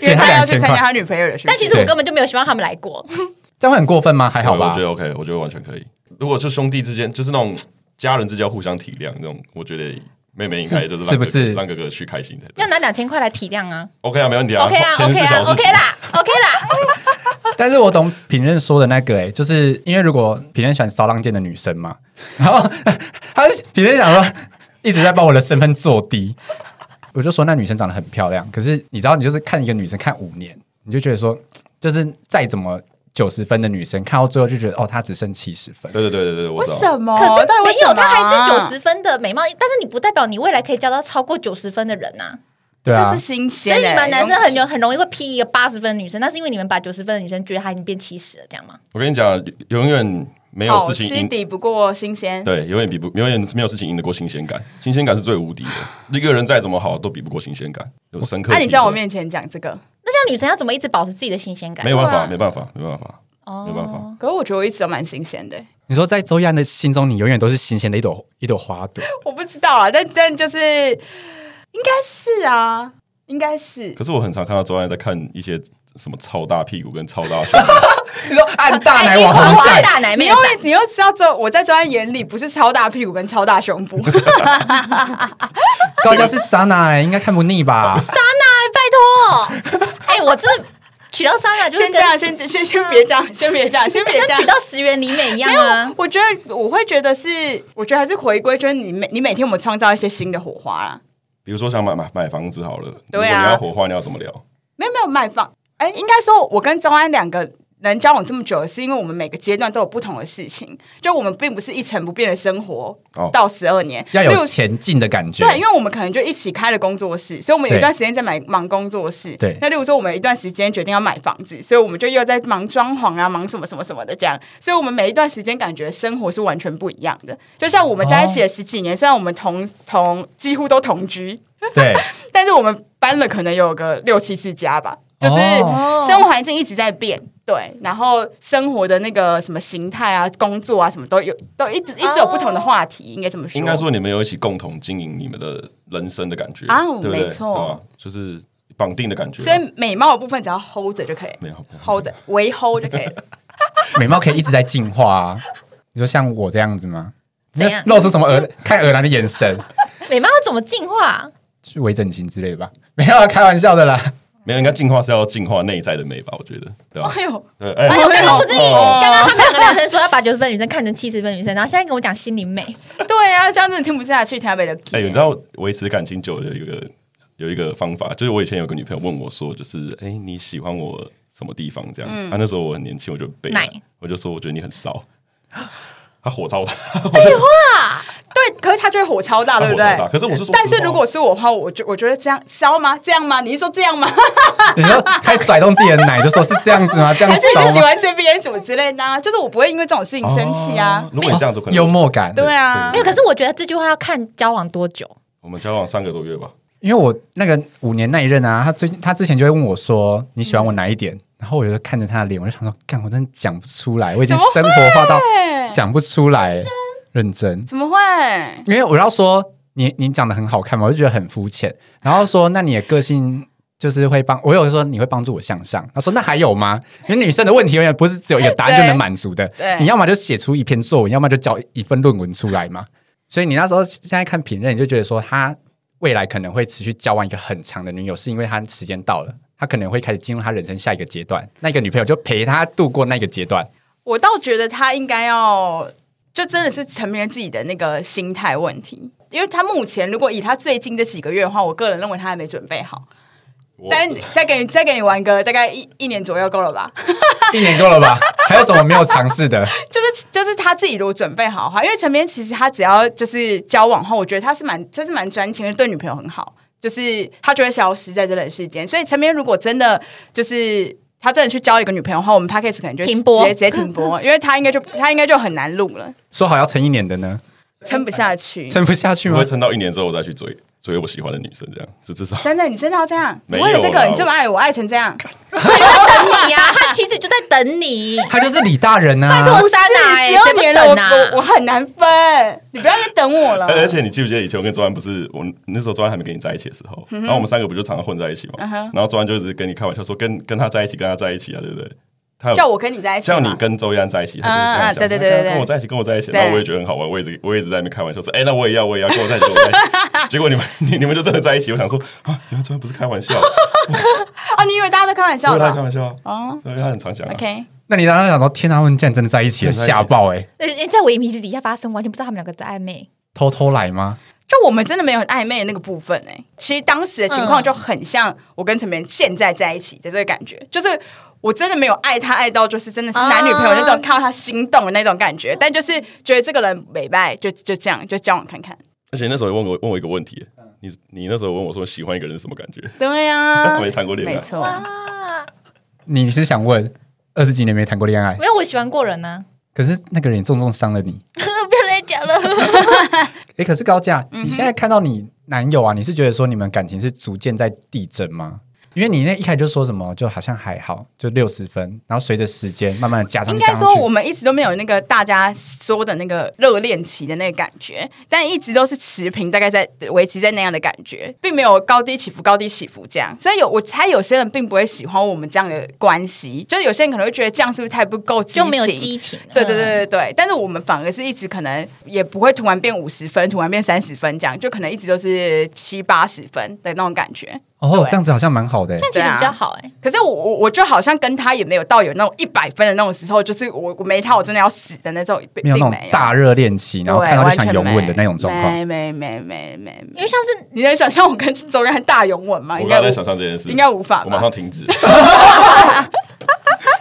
S4: 因为
S2: 给他
S4: 他要
S2: 两
S4: 去
S2: 千
S4: 参加
S2: 块
S4: 他女朋友的学
S1: 但
S4: 习。
S1: 其实我
S2: 对
S1: 根本就没有希望他们来过，
S2: 这样会很过分吗？还好吧
S3: 我觉，得 OK，我觉得完全可以。如果是兄弟之间，就是那种家人之间要互相体谅那种，我觉得妹妹应该就是让
S2: 是不
S3: 哥哥
S2: 是
S3: 让哥哥去开心才
S1: 要
S3: 对。
S1: 拿两千块来体谅啊
S3: OK 啊，没问题啊
S1: ，OK 啊
S3: 前
S1: ，OK
S3: 四
S1: 啊
S3: 小时
S1: ，OK 啦，OK 啦，
S2: 但是我懂品任说的那个、欸，就是因为如果品任喜欢骚浪贱的女生嘛， 然后他就品任想说一直在把我的身份做低，我就说那女生长得很漂亮，可是你知道，你就是看一个女生看五年，你就觉得说，就是再怎么九十分的女生，看到最后就觉得哦，她只剩七十分。
S3: 对对对对对，我
S4: 为
S3: 知道。
S4: 什么？
S1: 可是
S4: 到底哦为
S1: 没
S4: 什
S1: 有，
S4: 么
S1: 他还是九
S4: 啊
S1: 十分的美貌，但是你不代表你未来可以交到超过九十分的人啊。
S2: 对啊
S4: 这是，新鲜
S1: 所
S4: 欸，
S1: 以你们男生
S4: 用
S1: 很容很容易会劈一个八十分的女生，那是因为你们把九十分的女生觉得她已经变七十了，这样吗？
S3: 我跟你讲，永远没有
S4: 好
S3: 事情
S4: 吃
S3: 赢，
S4: 抵不过新鲜。
S3: 对，永远比不，永远没有事情赢得过新鲜感。新鲜感是最无敌的，一个人再怎么好都比不过新鲜感，有深刻。
S1: 啊
S4: 啊那、你在我，面前讲这个，
S1: 那这样女生要怎么一直保持自己的新鲜感？
S3: 没有办
S4: 对
S3: 法，
S4: 啊
S3: 没办法，没办法，
S1: 哦
S3: 没办法。
S4: 可是我觉得我一直都蛮新鲜的 欸、
S2: 你说在周燕的心中，你永远都是新鲜的一朵一朵花朵。
S4: 我不知道啦，但但就是应该是啊，应该是
S3: 可是我很常看到周安在看一些什么超大屁股跟超大胸，
S2: 你说按大奶
S1: 开心
S2: 往
S1: 狂
S2: 红
S1: 花
S2: 在，
S1: 大奶
S4: 你
S1: 妹
S4: 又
S1: 的
S4: 你又知道，这我在专业眼里不是超大屁股跟超大胸 部，
S2: 高家是傻奶，应该看不腻吧？
S1: 娜，哎拜托，哎，我真的娶到莎娜就是
S4: 先这
S1: 跟
S4: 样，先先先别这样， 先别这样，先别这嗯
S1: 跟
S4: 样
S1: 娶。到石原里美一样啊。
S4: 我觉得我会觉得是，我觉得还是回归，就是你每你每天我们创造一些新的火花啦。
S3: 比如说想买买买房子好了，如果
S4: 对啊
S3: 你要火化，你要怎么聊？
S4: 没有没有卖房，哎，应该说，我跟张安两个能交往这么久，是因为我们每个阶段都有不同的事情，就我们并不是一成不变的生活
S3: 哦
S4: 到十二年，
S2: 要
S4: 例如
S2: 有前进的感觉。
S4: 对，因为我们可能就一起开了工作室，所以我们有一段时间在买忙工作室。
S2: 对
S4: 那例如说，我们有一段时间决定要买房子，所以我们就又在忙装潢啊，忙什么什么什么的这样。所以我们每一段时间感觉生活是完全不一样的。就像我们在一
S2: 哦
S4: 起的十几年，虽然我们同同几乎都同居，
S2: 对，
S4: 但是我们搬了可能有个六七次家吧，就是
S2: 哦
S4: 生活环境一直在变。对，然后生活的那个什么形态啊、工作啊，什么都有，都一直一直有不同的话题，应该这么说？
S3: 应该说你们有一起共同经营你们的人生的感觉
S4: 啊
S3: 对不对
S4: 没错
S3: 对吧就是绑定的感觉。啊
S4: 所以美貌的部分只要 hold 着就可以
S3: 没有没有
S4: ，hold 着微 hold 就可以了。
S2: 美貌可以一直在进化啊。你说像我这样子吗？
S1: 怎样
S2: 你露出什么耳看耳男的眼神，
S1: 美貌要怎么进化？
S2: 去微整形之类的吧？没有啊，开玩笑的啦。
S3: 没有，应该进化是要进化内在的美吧？我觉得，对吧？
S4: 哎呦，
S3: 对，
S1: 哎
S3: 哎，
S1: 呦，刚刚不是
S3: 哦
S1: 刚刚他们两个男生说要把九十分的女生看成七十分的女生，然后现在跟我讲心灵美，
S4: 对啊，这样子听不下去，台北的。
S3: 哎、你知道维持感情久的有一个有一个方法，就是我以前有个女朋友问我说，就是哎、你喜欢我什么地方？这样，她、
S4: 嗯
S3: 啊那时候我很年轻，我就背了
S1: 奶，
S3: 我就说我觉得你很骚， 她火烧她，
S4: 对，可是他就会火超大，
S3: 她
S4: 对
S3: 火
S4: 不
S3: 超大。
S4: 对？
S3: 可是我是说实话，
S4: 但是如果是我的话，我就我觉得这样烧吗？这样吗？你是说这样 吗？
S2: 你说开始甩动自己的奶，就说是这样子吗？这
S3: 啊
S2: 样
S4: 还是你
S2: 骚
S4: 喜
S2: 吗？
S4: 欢这边什么之类的、啊？就是我不会因为这种事情生气啊
S3: 哦。如果你这样做，可能
S2: 幽默感。
S4: 对啊
S1: 没，有。可是我觉得这句话要看交往多久。
S3: 我们交往三个多月吧，
S2: 因为我那个五年那一任啊，他最他之前就会问我说你喜欢
S4: 嗯
S2: 我哪一点，然后我就看着他的脸，我就想说，干，我真的讲不出来，我已经生活化到
S4: 对，
S2: 讲不出来，认真。
S4: 怎么会？
S2: 因为我要说你你长得很好看嘛，我就觉得很肤浅。然后说那你的个性就是会帮我有说你会帮助我向上。他说那还有吗？因为女生的问题永远不是只有一个答案就能满足的，
S4: 对
S2: 你要么就写出一篇作文，要么就交一份论文出来嘛。所以你那时候现在看评论，你就觉得说他未来可能会持续交往一个很长的女友，是因为他时间到了。他可能会开始进入他人生下一个阶段，那个女朋友就陪他度过那个阶段。
S4: 我倒觉得他应该要，就真的是成明了自己的那个心态问题。因为他目前如果以他最近这几个月的话，我个人认为他还没准备好。
S3: 我
S4: 但再给你再给你玩个大概一一年左右够了吧？
S2: 一年够了吧？还有什么没有尝试的？
S4: 就是就是他自己如果准备好的话，因为陈边其实他只要就是交往后，我觉得他是蛮真是蛮专情的，对女朋友很好，就是他就会消失在这人世间。所以陈边如果真的就是他真的去交一个女朋友的话，我们 p a c k a g e 可能就
S1: 停播
S4: 直接直接停播，因为他应该就他应该就很难录了，
S2: 说好要撑一年的呢？
S4: 撑不下去。
S2: 撑不下去
S3: 我
S2: 吗
S3: 会？撑到一年之后我再去追追我喜欢的女生，这样就至少
S4: 真的，你真的要这样？
S3: 没
S4: 你
S3: 有
S4: 为了这个，
S3: 啦
S4: 你这么爱我，爱成这样，
S1: 他也在等你 啊，他其实就在等你。
S2: 他就是李大人
S1: 拜
S2: 啊，
S1: 托
S4: 不
S1: 三啊
S4: 是
S1: 哎
S4: 十二
S1: 谁不
S4: 年了，我
S1: 等啊
S4: 我我很难分，你不要再等我 了。
S3: 而且你记不记得以前我跟周安不是我那时候周安还没跟你在一起的时候，
S4: 嗯
S3: 然后我们三个不就常常混在一起嘛？然后周安就一直跟你开玩笑说跟跟他在一起，跟他在一起啊，对不对？他有
S4: 叫我跟你在一起啊
S3: 叫
S4: 嘛，
S3: 你跟周一安在一起，他就是这样
S4: 啊
S3: 讲哎
S4: 对对对对对
S3: 跟我在一起，跟我在一起，
S4: 对
S3: 然后我也觉得很好玩，我一直我一直在那边开玩笑说，哎，那我也要，我也要跟我在一起，跟我在一 起。结果你们你你们就真的在一起，我想说啊，你们真的不是开玩笑，
S4: 啊，你以为大家都开玩
S3: 不
S4: 笑
S3: 是
S4: 的
S3: 他开
S4: 啊
S3: 玩笑啊，
S4: 哦
S3: 对，他很常讲啊。
S4: ？OK，
S2: 那你当时想说，天哪，啊他们竟然真的在一起了，
S3: 真的在一起
S2: 吓爆哎、欸！
S1: 呃，在我眼皮子底下发生，完全不知道他们两个在暧昧。
S2: 偷偷来吗？
S4: 就我们真的没有很暧昧的那个部分哎、其实当时的情况
S1: 嗯
S4: 就很像我跟陈明现在在一起的这个感觉，就是我真的没有爱他爱到就是真的是男女朋友那种
S1: 啊
S4: 看到他心动的那种感觉，但就是觉得这个人美拜就就这样就交 往看看。
S3: 而且那时候也问我问我一个问题，你你那时候问我说喜欢一个人是什么感觉？
S4: 对呀、
S3: 没谈过恋爱
S4: 呃没错。
S1: 啊，
S2: 你是想问二十几年没谈过恋爱，
S1: 没有，我喜欢过人啊呢、
S2: 可是那个人也重重伤了你。
S1: 不要再讲了。
S2: 哎、可是高价，
S4: 嗯
S2: 你现在看到你男友啊，你是觉得说你们感情是逐渐在递增吗？因为你那一开始就说什么，就好像还好，就六十分，然后随着时间慢慢地加上
S4: 应
S2: 去，
S4: 该
S2: 加上
S4: 说，
S2: 去
S4: 我们一直都没有那个大家说的那个热恋期的那个感觉，但一直都是持平，大概在维持在那样的感觉，并没有高低起伏、高低起伏这样。所以有我猜，有些人并不会喜欢我们这样的关系，就是有些人可能会觉得这样是不是太不够激情
S1: 就没有激情嗯了
S4: 对对对对对，但是我们反而是一直可能也不会突然变五十分，突然变三十分这样，就可能一直都是七八十分的那种感觉。
S2: 哦，
S4: 对
S2: 这样子好像蛮好的、欸。
S1: 但其实比较好哎、
S4: 可是我我我就好像跟他也没有到有那种一百分的那种时候，就是我我没他我真的要死的那种，并
S2: 没有那
S4: 并
S2: 种大热恋期，然后
S4: 对
S2: 看到就
S4: 完全
S2: 想拥吻的
S4: 没
S2: 那种状况。
S4: 没没没没没
S1: 因
S4: 没。
S1: 为像是
S4: 你能想象我跟周渊大拥吻吗？
S3: 我
S4: 应
S3: 刚才在
S4: 该无
S3: 想象这件事，
S4: 应该无法
S3: 我马
S4: 吧
S3: 上？停止。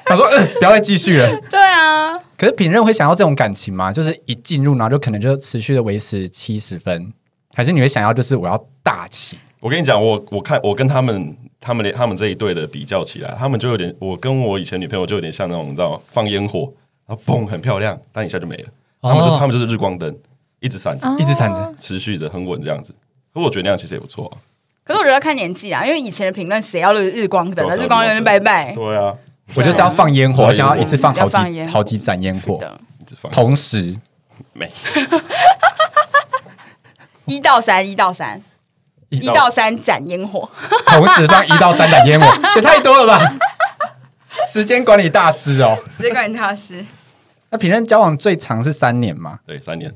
S2: 他说、呃：“不要再继续了。
S4: 对啊，”
S2: 可是品任会想要这种感情吗？就是一进入，然后就可能就持续的维持七十分，还是你会想要就是我要大起？
S3: 我跟你讲，我我看我跟他们他们连他们这一队的比较起来，他们就有点，我跟我以前女朋友就有点像那种，你知道吗？放烟火，然后嘣，很漂亮，但一下就没了。他们就是、
S2: 哦
S3: 他们就是日光灯，一直闪着，
S4: 哦
S2: 一直缠着。
S3: 持续着很稳这样子。可我觉得那样其实也不错、啊。
S4: 可是我觉得要看年纪啊，因为以前的评论谁要日日光灯啊？
S3: 对
S4: 日光灯就拜拜。
S3: 对啊，
S2: 我就是要放烟火，
S3: 对
S2: 我想要一次放好
S4: 要放
S2: 几
S4: 烟火
S2: 好几盏烟火，
S4: 的
S3: 一直放
S2: 同时
S3: 没
S4: 一到三，一到三，一到三盏烟火，
S2: 同时放一到三盏 烟火，也太多了吧？时间管理大师哦。
S4: 直接管他是。
S2: 那品任交往最长是三年嘛？
S3: 对三年。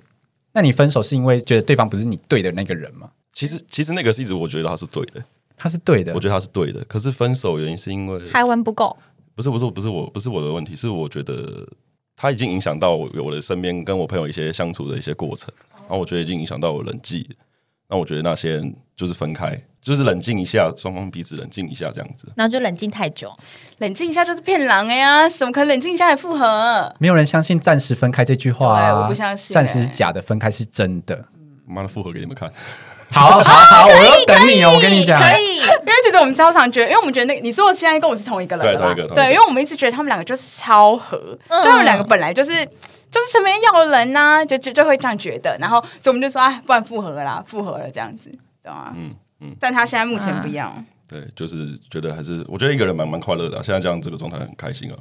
S2: 那你分手是因为觉得对方不是你对的那个人吗？
S3: 其实其实那个是一直我觉得他是对的，
S2: 他是对的，
S3: 我觉得他是对的。可是分手原因是因为
S1: 还玩不够，
S3: 不是不是不是我不是我的问题，是我觉得他已经影响到我我的身边跟我朋友一些相处的一些过程，然后我觉得已经影响到我人际，那我觉得那些人就是分开，就是冷静一下，双方彼此冷静一下这样子。
S1: 然后就冷静太久。
S4: 冷静一下就是骗狼哎呀，怎么可能冷静一下还复合？
S2: 没有人相信暂时分开这句话、啊，
S4: 对我不相信欸
S2: 暂时是假的，分开是真的。
S3: 妈的，复合给你们看，
S2: 好好
S4: 哦
S2: 好，我要等你哦，我跟你讲，
S1: 可以，
S4: 因为其实我们超常觉得，因为我们觉得那个你说的现在跟我是同一个人
S3: 对
S4: 了吧
S3: 同一个同一个
S4: 对，因为我们一直觉得他们两个就是超合，
S1: 嗯
S4: 就他们两个本来就是就是陈明要的人呐、就就就会这样觉得，然后所以我们就说啊，不然复合了啦，复合了这样子，啊嗯懂吗？
S3: 嗯嗯，
S4: 但他现在目前不要，
S3: 对，就是觉得还是我觉得一个人蛮蛮快乐的啊、现在这样这个状态很开心啊。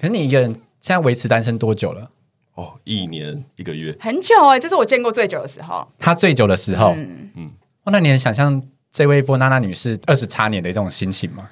S2: 可是你一个人现在维持单身多久了？
S3: 哦，一年一个月，
S4: 很久哎、这是我见过最久的时候。
S2: 他最久的时候，哦
S4: 嗯
S2: 哇，那你能想象这位波娜娜女士二十差年的这种心情吗？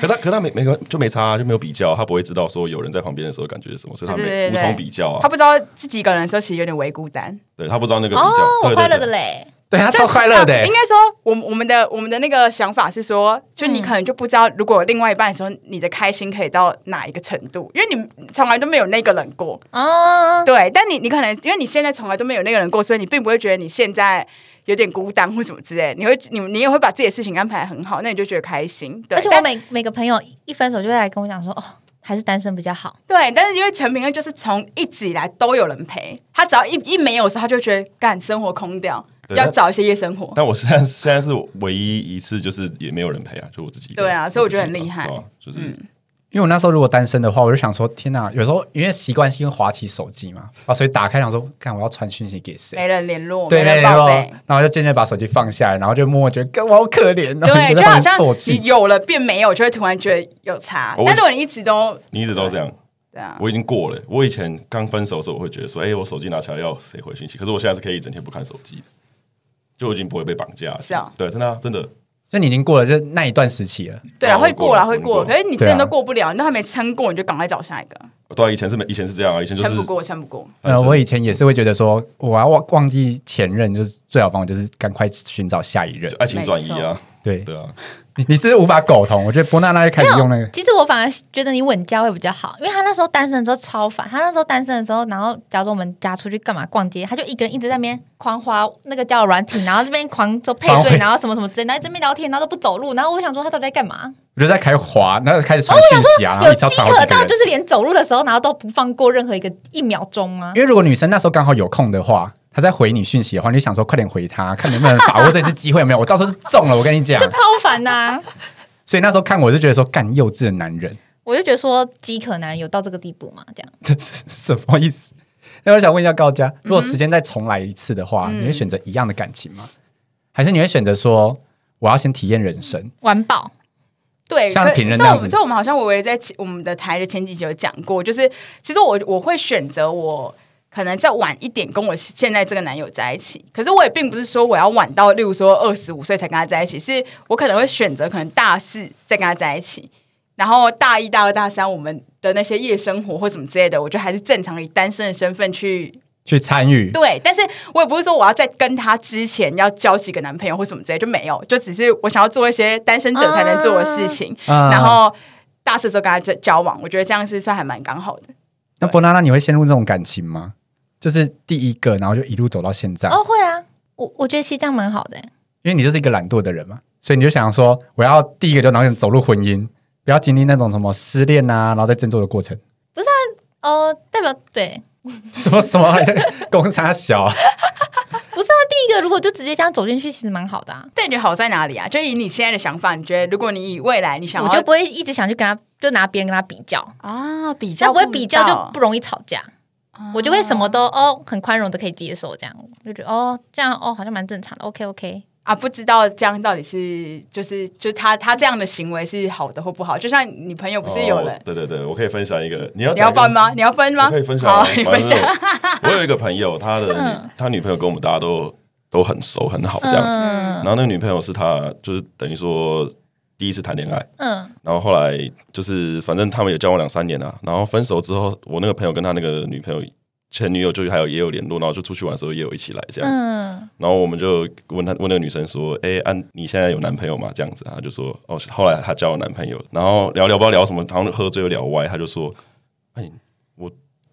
S3: 可他可他没没关就没差啊、就没有比较啊、他不会知道说有人在旁边的时候感觉是什么，所以他
S4: 对对
S3: 没
S4: 对
S3: 无
S4: 对
S3: 从比较
S4: 他
S3: 啊。
S4: 不知道自己一个人的时候，其实有点微孤单。
S3: 对他不知道那个比较，
S1: 哦，
S3: 对
S1: 我
S3: 对
S1: 快乐
S3: 对
S1: 的嘞，
S2: 对她超快乐的、欸
S4: 啊
S3: 欸
S4: 应该说，我们我们的我们的那个想法是说，就你可能就不知道，如果有另外一半的时候，你的开心可以到哪一个程度，因为你从来都没有那个人过。
S1: 哦，
S4: 对，但你你可能因为你现在从来都没有那个人过，所以你并不会觉得你现在有点孤单或什么之类。你会你你也会把自己的事情安排得很好，那你就觉得开心。对，
S1: 而且我
S4: 但
S1: 每每个朋友一分手就会来跟我讲说，哦，还是单身比较好。
S4: 对，但是因为陈平安就是从一直以来都有人陪他，只要一一没有的时候，他就觉得干生活空掉，
S3: 对
S4: 要
S3: 但
S4: 找一些夜生活。
S3: 但我现在现在是唯一一次，就是也没有人陪啊，就我自己一个人。
S4: 对啊所以我觉得很厉害
S3: 对啊就是
S2: 因为我那时候如果单身的话，我就想说，天哪！有时候因为习惯性滑起手机嘛，啊，所以打开想说，看我要传讯息给谁？
S4: 没人联络，
S2: 对
S4: 没人
S2: 对
S4: 报
S2: 对
S4: 备。，
S2: 然后就渐渐把手机放下来，然后就默默觉得，干我好可怜哦，在
S4: 对，就
S2: 旁
S4: 好
S2: 边
S4: 像
S2: 啜
S4: 你
S2: 泣
S4: 有了变没有，就会突然觉得有差。
S3: 我
S4: 但是我一直都啊
S3: 你一直都这样。
S4: 这样，
S3: 我已经过了。我以前刚分手的时候，我会觉得说，哎、我手机拿起来要谁回讯息？可是我现在是可以一整天不看手机的，就我已经不会被绑架了。
S4: 是啊
S3: 对，真的啊、真的。
S2: 所以你已经过了这那一段时期了。
S4: 对啊，
S3: 我
S4: 会过啦，
S3: 过了
S4: 会过。
S3: 我过
S4: 可是你真的都过不了，你都还没撑过，你就赶快找下一个，
S3: 对啊、以前是没，以前是这样啊，以前就是
S4: 撑不过，撑不过。
S3: 单
S2: 呃，
S3: 身
S2: 我以前也是会觉得说，我要忘忘记前任，就是最好方法就是赶快寻找下一任
S3: 就。爱情转移啊，
S2: 对，
S3: 对啊，
S2: 你你是无法苟同。我觉得波娜娜一开始用那个，
S1: 其实我反而觉得你稳价位比较好，因为他那时候单身的时候超烦。他那时候单身的时候，然后假如说我们家出去干嘛逛街，他就一个人一直在那边狂花那个叫软体，然后这边狂做配
S2: 传回
S1: 对，然后什么什么之类，然后这边聊天，然后都不走路。然后我想说他到底在干嘛？
S2: 我就在开始滑，然后开始传信息啊，然后
S1: 有
S2: 一次
S1: 饥
S2: 要传好
S1: 渴
S2: 几个
S1: 到
S2: 人
S1: 就。是连走路的时候，然后都不放过任何一个一秒钟啊吗？
S2: 因为如果女生那时候刚好有空的话，她在回你讯息的话，你就想说快点回她，看能不能把握这次机会有没有。我到时候就中了，我跟你讲
S1: 就。超烦呐、
S2: 所以那时候看我是觉得说，干幼稚的男人，
S1: 我就觉得说饥渴男人有到这个地步嘛？这样
S2: 这是什么意思？那我想问一下高佳，
S4: 嗯
S2: 如果时间再重来一次的话，你会选择一样的感情吗？还是你会选择说我要先体验人
S4: 嗯
S2: 生？
S1: 完爆
S4: 对，
S2: 像
S4: 可
S2: 平人
S4: 这
S2: 那样
S4: 我
S2: 子
S4: 这我们好像我也在前我们的台的前几集有讲过，就是其实我我会选择我可能再晚一点跟我现在这个男友在一起，可是我也并不是说我要晚到，例如说二十五岁才跟他在一起，是我可能会选择可能大四再跟他在一起，然后大一、大二、大三我们的那些夜生活或什么之类的，我觉得还是正常以单身的身份去
S2: 去参与，
S4: 对，但是我也不是说我要在跟他之前要交几个男朋友或什么之类，就没有，就只是我想要做一些单身者才能做的事情，
S3: 嗯
S2: 啊
S4: 然后大四之后跟他交交往，我觉得这样是算还蛮刚好的。
S2: 那波娜娜，你会陷入这种感情吗？就是第一个，然后就一路走到现在，
S1: 哦，会啊，我我觉得其实这样蛮好的欸、
S2: 因为你就是一个懒惰的人嘛，所以你就想说，我要第一个就然后走入婚姻，不要经历那种什么失恋啊，然后再振作的过程，
S1: 哦，代表对，
S2: 什么什么 公差小、啊，
S1: 不是啊，第一个如果就直接这样走进去，其实蛮好的、啊，
S4: 但你觉得好在哪里啊？就以你现在的想法，你觉得如果你以未来你想
S1: 我就
S4: 要
S1: 不会一直想去跟他就拿别人跟他比较，
S4: 啊比
S1: 这样
S4: 较
S1: 不会比较就
S4: 不
S1: 不容易吵架。
S4: 啊
S1: 我就会什么都哦，很宽容的可以接受，这样我就觉得哦，这样哦好像蛮正常的，OK OK，
S4: 啊不知道这样到底是就是就他他这样的行为是好的或不好，就像你朋 友不是有
S3: 哦
S4: 人。
S3: 对对对，我可以分享一个，你要
S4: 你
S3: 讲
S4: 要
S3: 一个
S4: 分？吗？你要分吗？
S3: 我可以分享啊，
S4: 好，你
S3: 反
S4: 分
S3: 正
S4: 享。嗯
S3: 我我有一个朋友，他的女他女朋友跟我们大家都都很熟很好这样子，
S1: 嗯
S3: 然后那个女朋友是他就是等于说第一次谈恋爱。
S1: 嗯，
S3: 然后后来就是，反正他们也交往两三年了、然后分手之后，我那个朋友跟他那个女朋友前女友就还有也有联络，然后就出去玩的时候也有一起来这样子。
S1: 嗯，
S3: 然后我们就问他问那个女生说：“哎，安、你现在有男朋友吗？”这样子，她就说：“哦，后来她交了男朋友。”然后聊聊不知道聊什么，好像喝醉又聊歪，她就说：“哎，我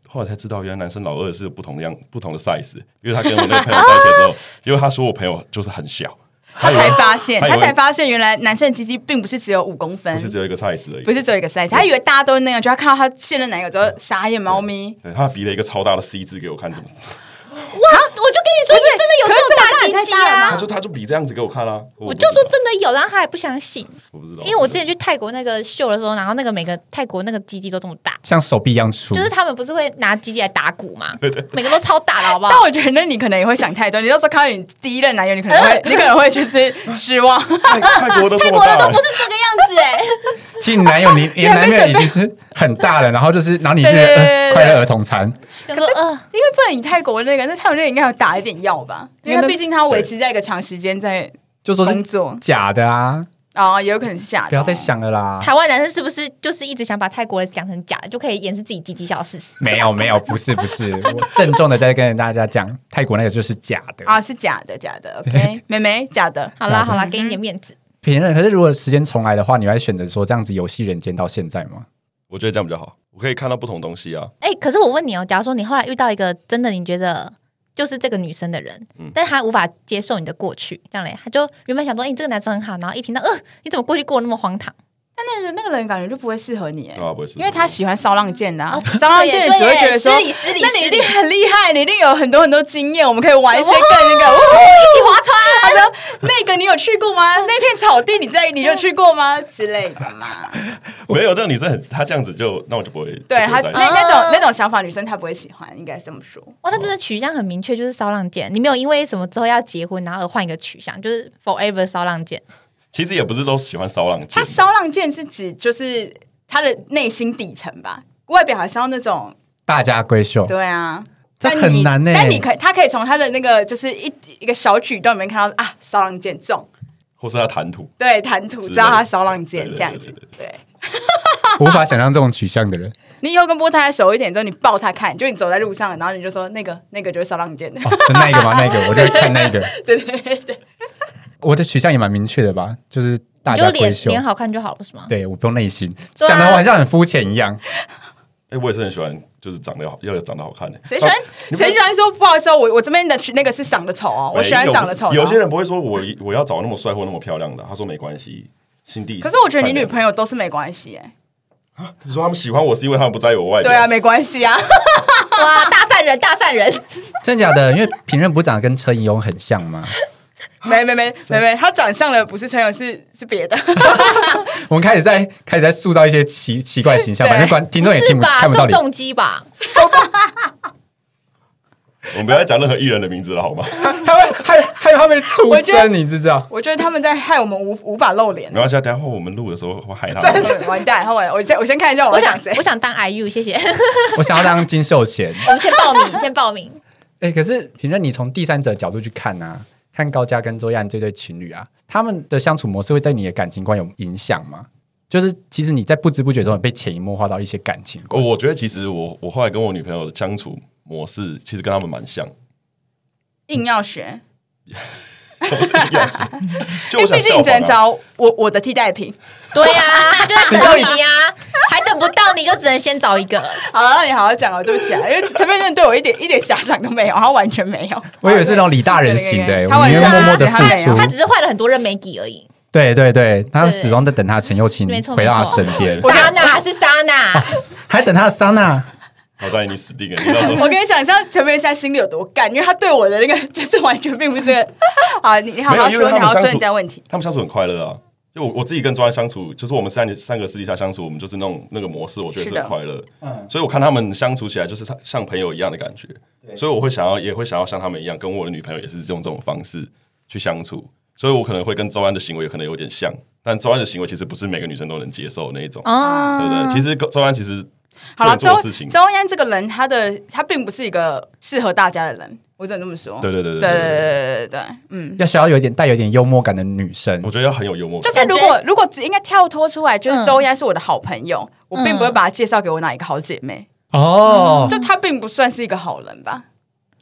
S3: 后来才知道，原来男生老二是不同样不同的 size，因为他跟我那个朋友在一起的时候，因为他说我朋友就是很小，
S4: 他才发现，
S3: 他以
S4: 他
S3: 为
S4: 才发现原来男生的鸡鸡并不是只有五公分
S3: 不，是只有一个 size 而已
S4: 嗯不。”是只有一个 size，他以为大家都那样，就他看到他现任男友之后傻眼猫咪。
S3: 对他比了一个超大的 C 字给我看，怎么？
S1: 哇，我就跟你说，是真的有这种
S4: 可是这么大
S1: 大
S4: 也
S1: 鸡鸡
S4: 太大了
S3: 他
S1: 啊
S4: 吧！
S3: 就他就比这样子给我看啦、
S1: 我
S3: 我不
S1: 就
S3: 知
S1: 说
S3: 道
S1: 真的有，然后他还不相信，
S3: 我不知道，
S1: 因为我之前去泰国那个秀的时候，然后那个每个泰国那个鸡鸡都这么大，
S2: 像手臂一样粗，
S1: 就是他们不是会拿鸡鸡来打鼓 嘛，每个都超大的，好不
S4: 但
S1: 好？
S4: 我觉得你可能也会想太多，你到时候看到你第一任男友，你可能会，你可能会就是失望。
S3: 泰泰国的
S1: 泰国的都不
S3: 欸
S1: 是这个样子 哎、
S2: 其实你男友 你你的男朋友已经是很大了，然后就是然后你是呃快乐儿童餐，
S1: 想说呃，
S4: 因为不然以泰国那个，那泰国那个应该有打一点药吧？因为他毕竟他维持在一个长时间在
S2: 就说是
S4: 工作
S2: 假的啊，
S4: 啊，也有可能是假的。
S2: 不要再，想了
S4: 啊
S2: 啦。
S1: 台湾男生是不是就是一直想把泰国的讲成假的，就可以掩饰自己鸡鸡小的事实？
S2: 没有没有，不是不是，我郑重的在跟大家讲，泰国那个就是假的。
S4: 啊，是假的，假的。OK，妹妹，假的。嗯
S1: 好啦好啦，给你点面子。
S2: 评论可是如果时间重来的话，你会选择说这样子游戏人间到现在吗？
S3: 我觉得这样比较好，我可以看到不同东西啊。
S1: 哎、可是我问你哦，假如说你后来遇到一个真的你觉得就是这个女生的人，
S4: 嗯
S1: 但是她无法接受你的过去，这样嘞，她就原本想说，哎、你这个男生很好，然后一听到，呃，你怎么过去过得那么荒唐？
S4: 那个人那个人感觉就不会适合你、欸，
S2: 哦
S3: 对啊，不会是，
S4: 因为他喜欢骚浪剑呐、啊
S1: 哦，
S4: 骚浪剑你只会觉得说
S1: 对耶失，礼失礼，
S4: 那你一定
S1: 失礼
S4: 很厉害，你一定有很多很多经验，我们可以玩一些
S1: 哇
S4: 更那个。
S1: 哦一起划
S4: 好
S1: 船，
S4: 的，那个你有去过吗？那片草地你在你就去过吗？之类的嘛。
S3: 没有，这个女生很，她这样子就，那我就不会
S4: 对
S3: 她
S4: 他那那种那种想法，女生她不会喜欢，应该这么说。
S1: 哇，那真的取向很明确，就是骚浪剑。你没有因为什么之后要结婚，然后而换一个取向，就是 forever 骚浪剑。
S3: 其实也不是都喜欢骚浪
S4: 他
S3: 剑，
S4: 骚浪剑是指就是他的内心底层吧，外表还是要那种
S2: 大家闺秀，
S4: 对啊。
S2: 这
S4: 但
S2: 很
S4: 你
S2: 难欸
S4: 但你可以，他可以从他的那个就是一一个小举动里面看到啊，骚浪剑中，
S3: 或是她谈吐，
S4: 对，谈吐
S3: 之类
S4: 知
S3: 的
S4: 道他骚浪剑
S3: 对对对
S4: 这样子
S3: 对对。
S4: 对，
S2: 无法想象这种取向的人。
S4: 你以后跟波太太熟一点之后，你抱他看，就你走在路上，然后你就说那个那个就是骚浪剑，
S2: 哦，就那一个吗？那一个，我就会看那一个。
S4: 对对对对，
S2: 我的取向也蛮明确的吧，就是大
S1: 你就
S2: 家闺
S1: 脸
S2: 秀。
S1: 脸好看就好了，是 吗？
S2: 对，我不用内心，
S1: 对啊
S2: 讲的我好像很肤浅一样。
S3: 哎，我也是很喜欢，就是长得好，要有长得好看的。
S4: 谁喜欢
S3: 你不
S4: 谁喜欢说不好意思哦，我我这边的那个是长得丑哦，我喜
S3: 每
S4: 欢
S3: 一个
S4: 长得丑的哦。
S3: 有些人不会说我我要找那么帅或那么漂亮的，他说没关系，心地。
S4: 可是我觉得你女朋友都是没关系哎，
S3: 友，你说他们喜欢我是因为他们不在意我外表，
S4: 对啊，，没关系 啊，
S1: 哇， 大善人，大善人，
S2: 真假的？因为评论不长得跟车银勇很像 吗？
S4: 没没没没没，她长相的不是陈友，是是别的，
S2: 我们开始在开始在塑造一些奇奇怪形象，
S4: 对
S2: 反正观听
S1: 不
S2: 众也
S1: 是
S2: 听不
S1: 吧？
S2: 看不到
S1: 受
S2: 脸。
S1: 重击吧？
S3: 我们不要再讲任何艺人的名字了好吗？
S2: 他会害害怕被出
S4: 我觉得
S2: 征，你知不知 道？
S4: 我觉得他们在害我们无无法露脸
S3: 没。
S2: 哦
S3: 关系啊，等一下我们录的时候会害他
S4: 真
S3: 们。
S4: 的完蛋，后来我先我先看一下我
S1: 我
S4: 要
S1: 想
S4: 讲谁
S1: 我。想当 IU，谢 谢。
S2: 我想要当金秀贤。
S1: 我们先报名，先报名。
S2: 哎、可是评论你从第三者角度去看啊，看高嘉跟周亚安这对情侣啊，他们的相处模式会对你的感情观有影响吗？就是其实你在不知不觉中，你被潜移默化到一些感情观。
S3: 哦我觉得其实我我后来跟我女朋友的相处模式，其实跟他们蛮 像。
S4: 硬要学，
S3: 就我想效仿
S4: 因为哎毕竟你只能
S3: 啊，
S4: 找我我的替代品。
S1: 对呀、他就在等你 呀、还等不到你就只能先找一个。
S4: 好了，那你好好讲哦，对不起啊，因为陈佩正对我一点一点遐想都没有，他完全没有。
S2: 我以为是那种李大人型的、
S4: 对对对啊
S2: 我宁愿默默的
S4: 他完全
S2: 付
S1: 他
S2: 出。
S1: 只是换了很多任美己而已。
S2: 对对对，他始终在等他的陈又青
S1: 没错
S2: 回到他
S1: 没错
S2: 身边，
S4: 我
S1: 莎娜是莎娜，
S2: 还等他的桑娜。
S3: 好像你死定了。你 知道
S4: 我
S3: 吗？
S4: 跟你讲，像陈佩现在心里有多干，因为他对我的那个 就是完全并不是这个。好，你你好
S3: 没有
S4: 好
S3: 因为
S4: 说，
S3: 他
S4: 你
S3: 们
S4: 好好
S3: 相
S4: 说
S3: 处
S4: 人家问题。
S3: 他们相处很快乐啊。就我我自己跟庄安相处，就是我们三三个私底下相处，我们就是那种那个模式，我觉得
S4: 是
S3: 是
S4: 的
S3: 很快乐。所以我看他们相处起来，就是像像朋友一样的感觉。所以我会想要，也会想要像他们一样，跟我的女朋友也是用这种方式去相处。所以我可能会跟周安的行为可能有点像，但周安的行为其实不是每个女生都能接受的那一种，
S1: 哦，
S3: 对不
S4: 嗯
S3: 对？其实周安其实
S4: 好了，
S3: 能做
S4: 周
S3: 的事情，
S4: 周安这个人，他的他并不是一个适合大家的人，我只能这么说。
S3: 对对对
S4: 对
S3: 对
S4: 对
S3: 对
S4: 对
S3: 对
S4: 对对对，嗯。
S2: 要需要有一点带有点幽默感的女生
S3: 我，觉得要很有幽默
S4: 就
S3: 感。
S4: 是如
S1: 感
S4: 果如果只应该跳脱出来，就是
S1: 嗯
S4: 周安是我的好朋友，我并不会把他介绍给我哪一个好姐妹，
S1: 嗯
S2: 哦，
S4: 就他并不算是一个好人吧？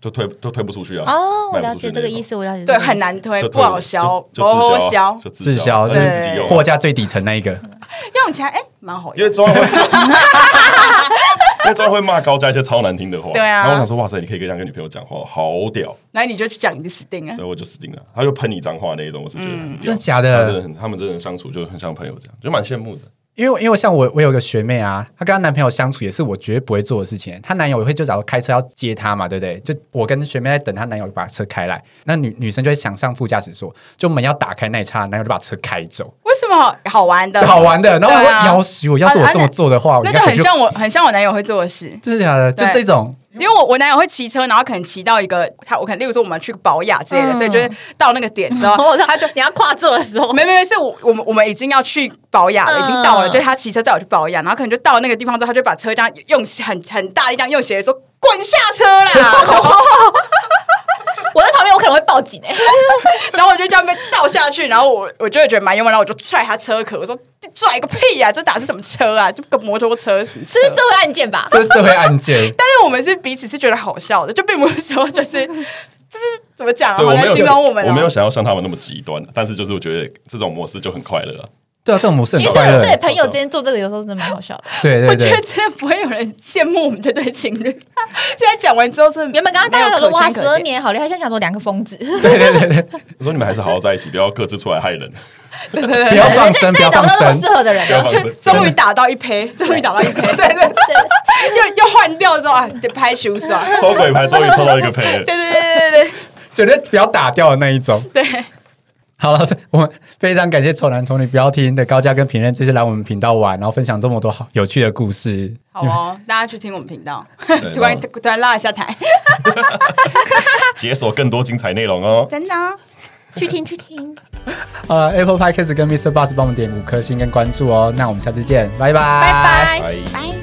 S3: 就推都推不出去啊，
S1: 哦，我
S3: 卖不
S1: 了
S3: 出去
S1: 解
S3: 那
S1: 这个
S3: 种
S1: 意思，我了解这
S4: 对，
S1: 个意思，
S4: 很难推，
S3: 就
S4: 不好
S3: 推
S4: 销，
S3: 就
S4: 不
S3: 就
S4: 好
S3: 滞
S4: 销
S3: 销，，就滞
S2: 滞销
S3: 销，
S2: 就
S3: 但是自己
S2: 是
S3: 用啊
S2: 货架最底层那一个。
S4: 用起来哎，蛮好
S3: 因
S4: 用
S3: 为。周安 会，因为周安会骂高嘉一些超难听的话。
S4: 对啊
S3: 然后我想说，哇塞，你可以跟这样跟女朋友讲话，好屌！
S4: 来，你就去讲你的死定了
S3: 然。后我就死定了，他就喷你脏话那一种，我是觉
S4: 嗯
S3: 得很屌
S2: 真的假
S3: 他真
S2: 的
S3: 的？很，他们真的相处就很像朋友这样，就蛮羡慕的。
S2: 因为我因为我像我我有个学妹啊，她跟她男朋友相处也是我绝对不会做的事情。她男友会就假如开车要接她嘛，对不对？就我跟学妹在等她男友把车开来，那女女生就会想上副驾驶座，就门要打开那一刹，男友就把车开走，
S4: 为什么好好 玩的？
S2: 好玩的。然后我
S4: 对啊
S2: 要死我，要是我这么做的话，我
S4: 那
S2: 应
S4: 就
S2: 该回
S4: 很
S2: 去。
S4: 像我，很像我男友会做的事。
S2: 真的假的？就这
S4: 对
S2: 种
S4: 因为我我男友会骑车，然后可能骑到一个他，我可能例如说我们去保养之类的，
S1: 嗯
S4: 所以就是到那个点之后，
S1: 哦我说
S4: 他
S1: 他
S4: 就
S1: 就你要跨坐的时候，
S4: 没没没，是我我们我们已经要去保养了，
S1: 嗯
S4: 已经到了，就是他骑车载我去保养，然后可能就到那个地方之后，他就把车这样用很很大力这样用斜说滚下 车啦，
S1: 我在旁边我可能会报警哎，
S4: 然后我就这样被倒下去，然后我我就会觉得蛮幽默，然后我就踹他车壳，我说拽个屁呀、这打的是什么车啊？就个摩托车什么车，
S1: 这是社会案件吧？
S2: 这是社会案件
S4: 但是我们是彼此是觉得好笑的，就并不是说就是 就是怎么讲啊，
S3: 对
S4: 好
S3: 我没
S4: 难
S3: 有
S4: 形容我们、哦
S3: 我没有想要像他们那么极端，但是就是我觉得这种模式就很快乐啊。
S2: 对啊，这种模式
S1: 因为
S2: 很快
S1: 这
S2: 乐
S1: 个。对朋友之间做这个有时候真的蛮好笑的。
S2: 对
S4: 我
S2: 对
S4: 觉
S2: 对，
S4: 得真的不会有人羡慕我们这对情侣。 现在讲完之后，真的
S1: 原本刚刚大家
S4: 没
S1: 想
S4: 有
S1: 说
S4: 可
S1: 哇，
S4: 圈可
S1: 十
S4: 点
S1: 二，年好厉害，现在想说两个疯子，
S3: 我说你们还是好好在一起，不要各自出来害人。
S4: 对对
S2: 不
S4: 对
S2: 要 放
S1: 这
S2: 生，不
S1: 这
S2: 要
S1: 里找
S2: 放
S1: 不到那么
S2: 生
S1: 适。合的人
S3: 不要
S1: 了。
S3: 放
S4: 哦对，
S3: 生
S4: 就终于打到一胚，终于打到一 胚，对对，又又换掉之后，啊就拍手耍。
S3: 抽鬼牌终于抽到一个赔 了。
S4: 对对对对对
S2: 绝对不要打掉的那一种。
S4: 对对，
S2: 好了， 我们非常感谢丑男丑女不要听的高嘉跟评论这次来我们频道玩，然后分享这么多好有趣的故事。
S4: 好哦，大家去听我们频道，
S3: 对
S4: 突然
S3: 然后
S4: 突然拉一下台，
S3: 解锁更多精彩内容哦。
S4: 真的哦。
S1: 去听去听，
S2: 呃，Apple Podcast 跟 Mr. Bus 帮我们点五颗星跟关注哦。那我们下次见，拜拜，拜
S1: 拜拜。
S3: 拜。
S5: 拜。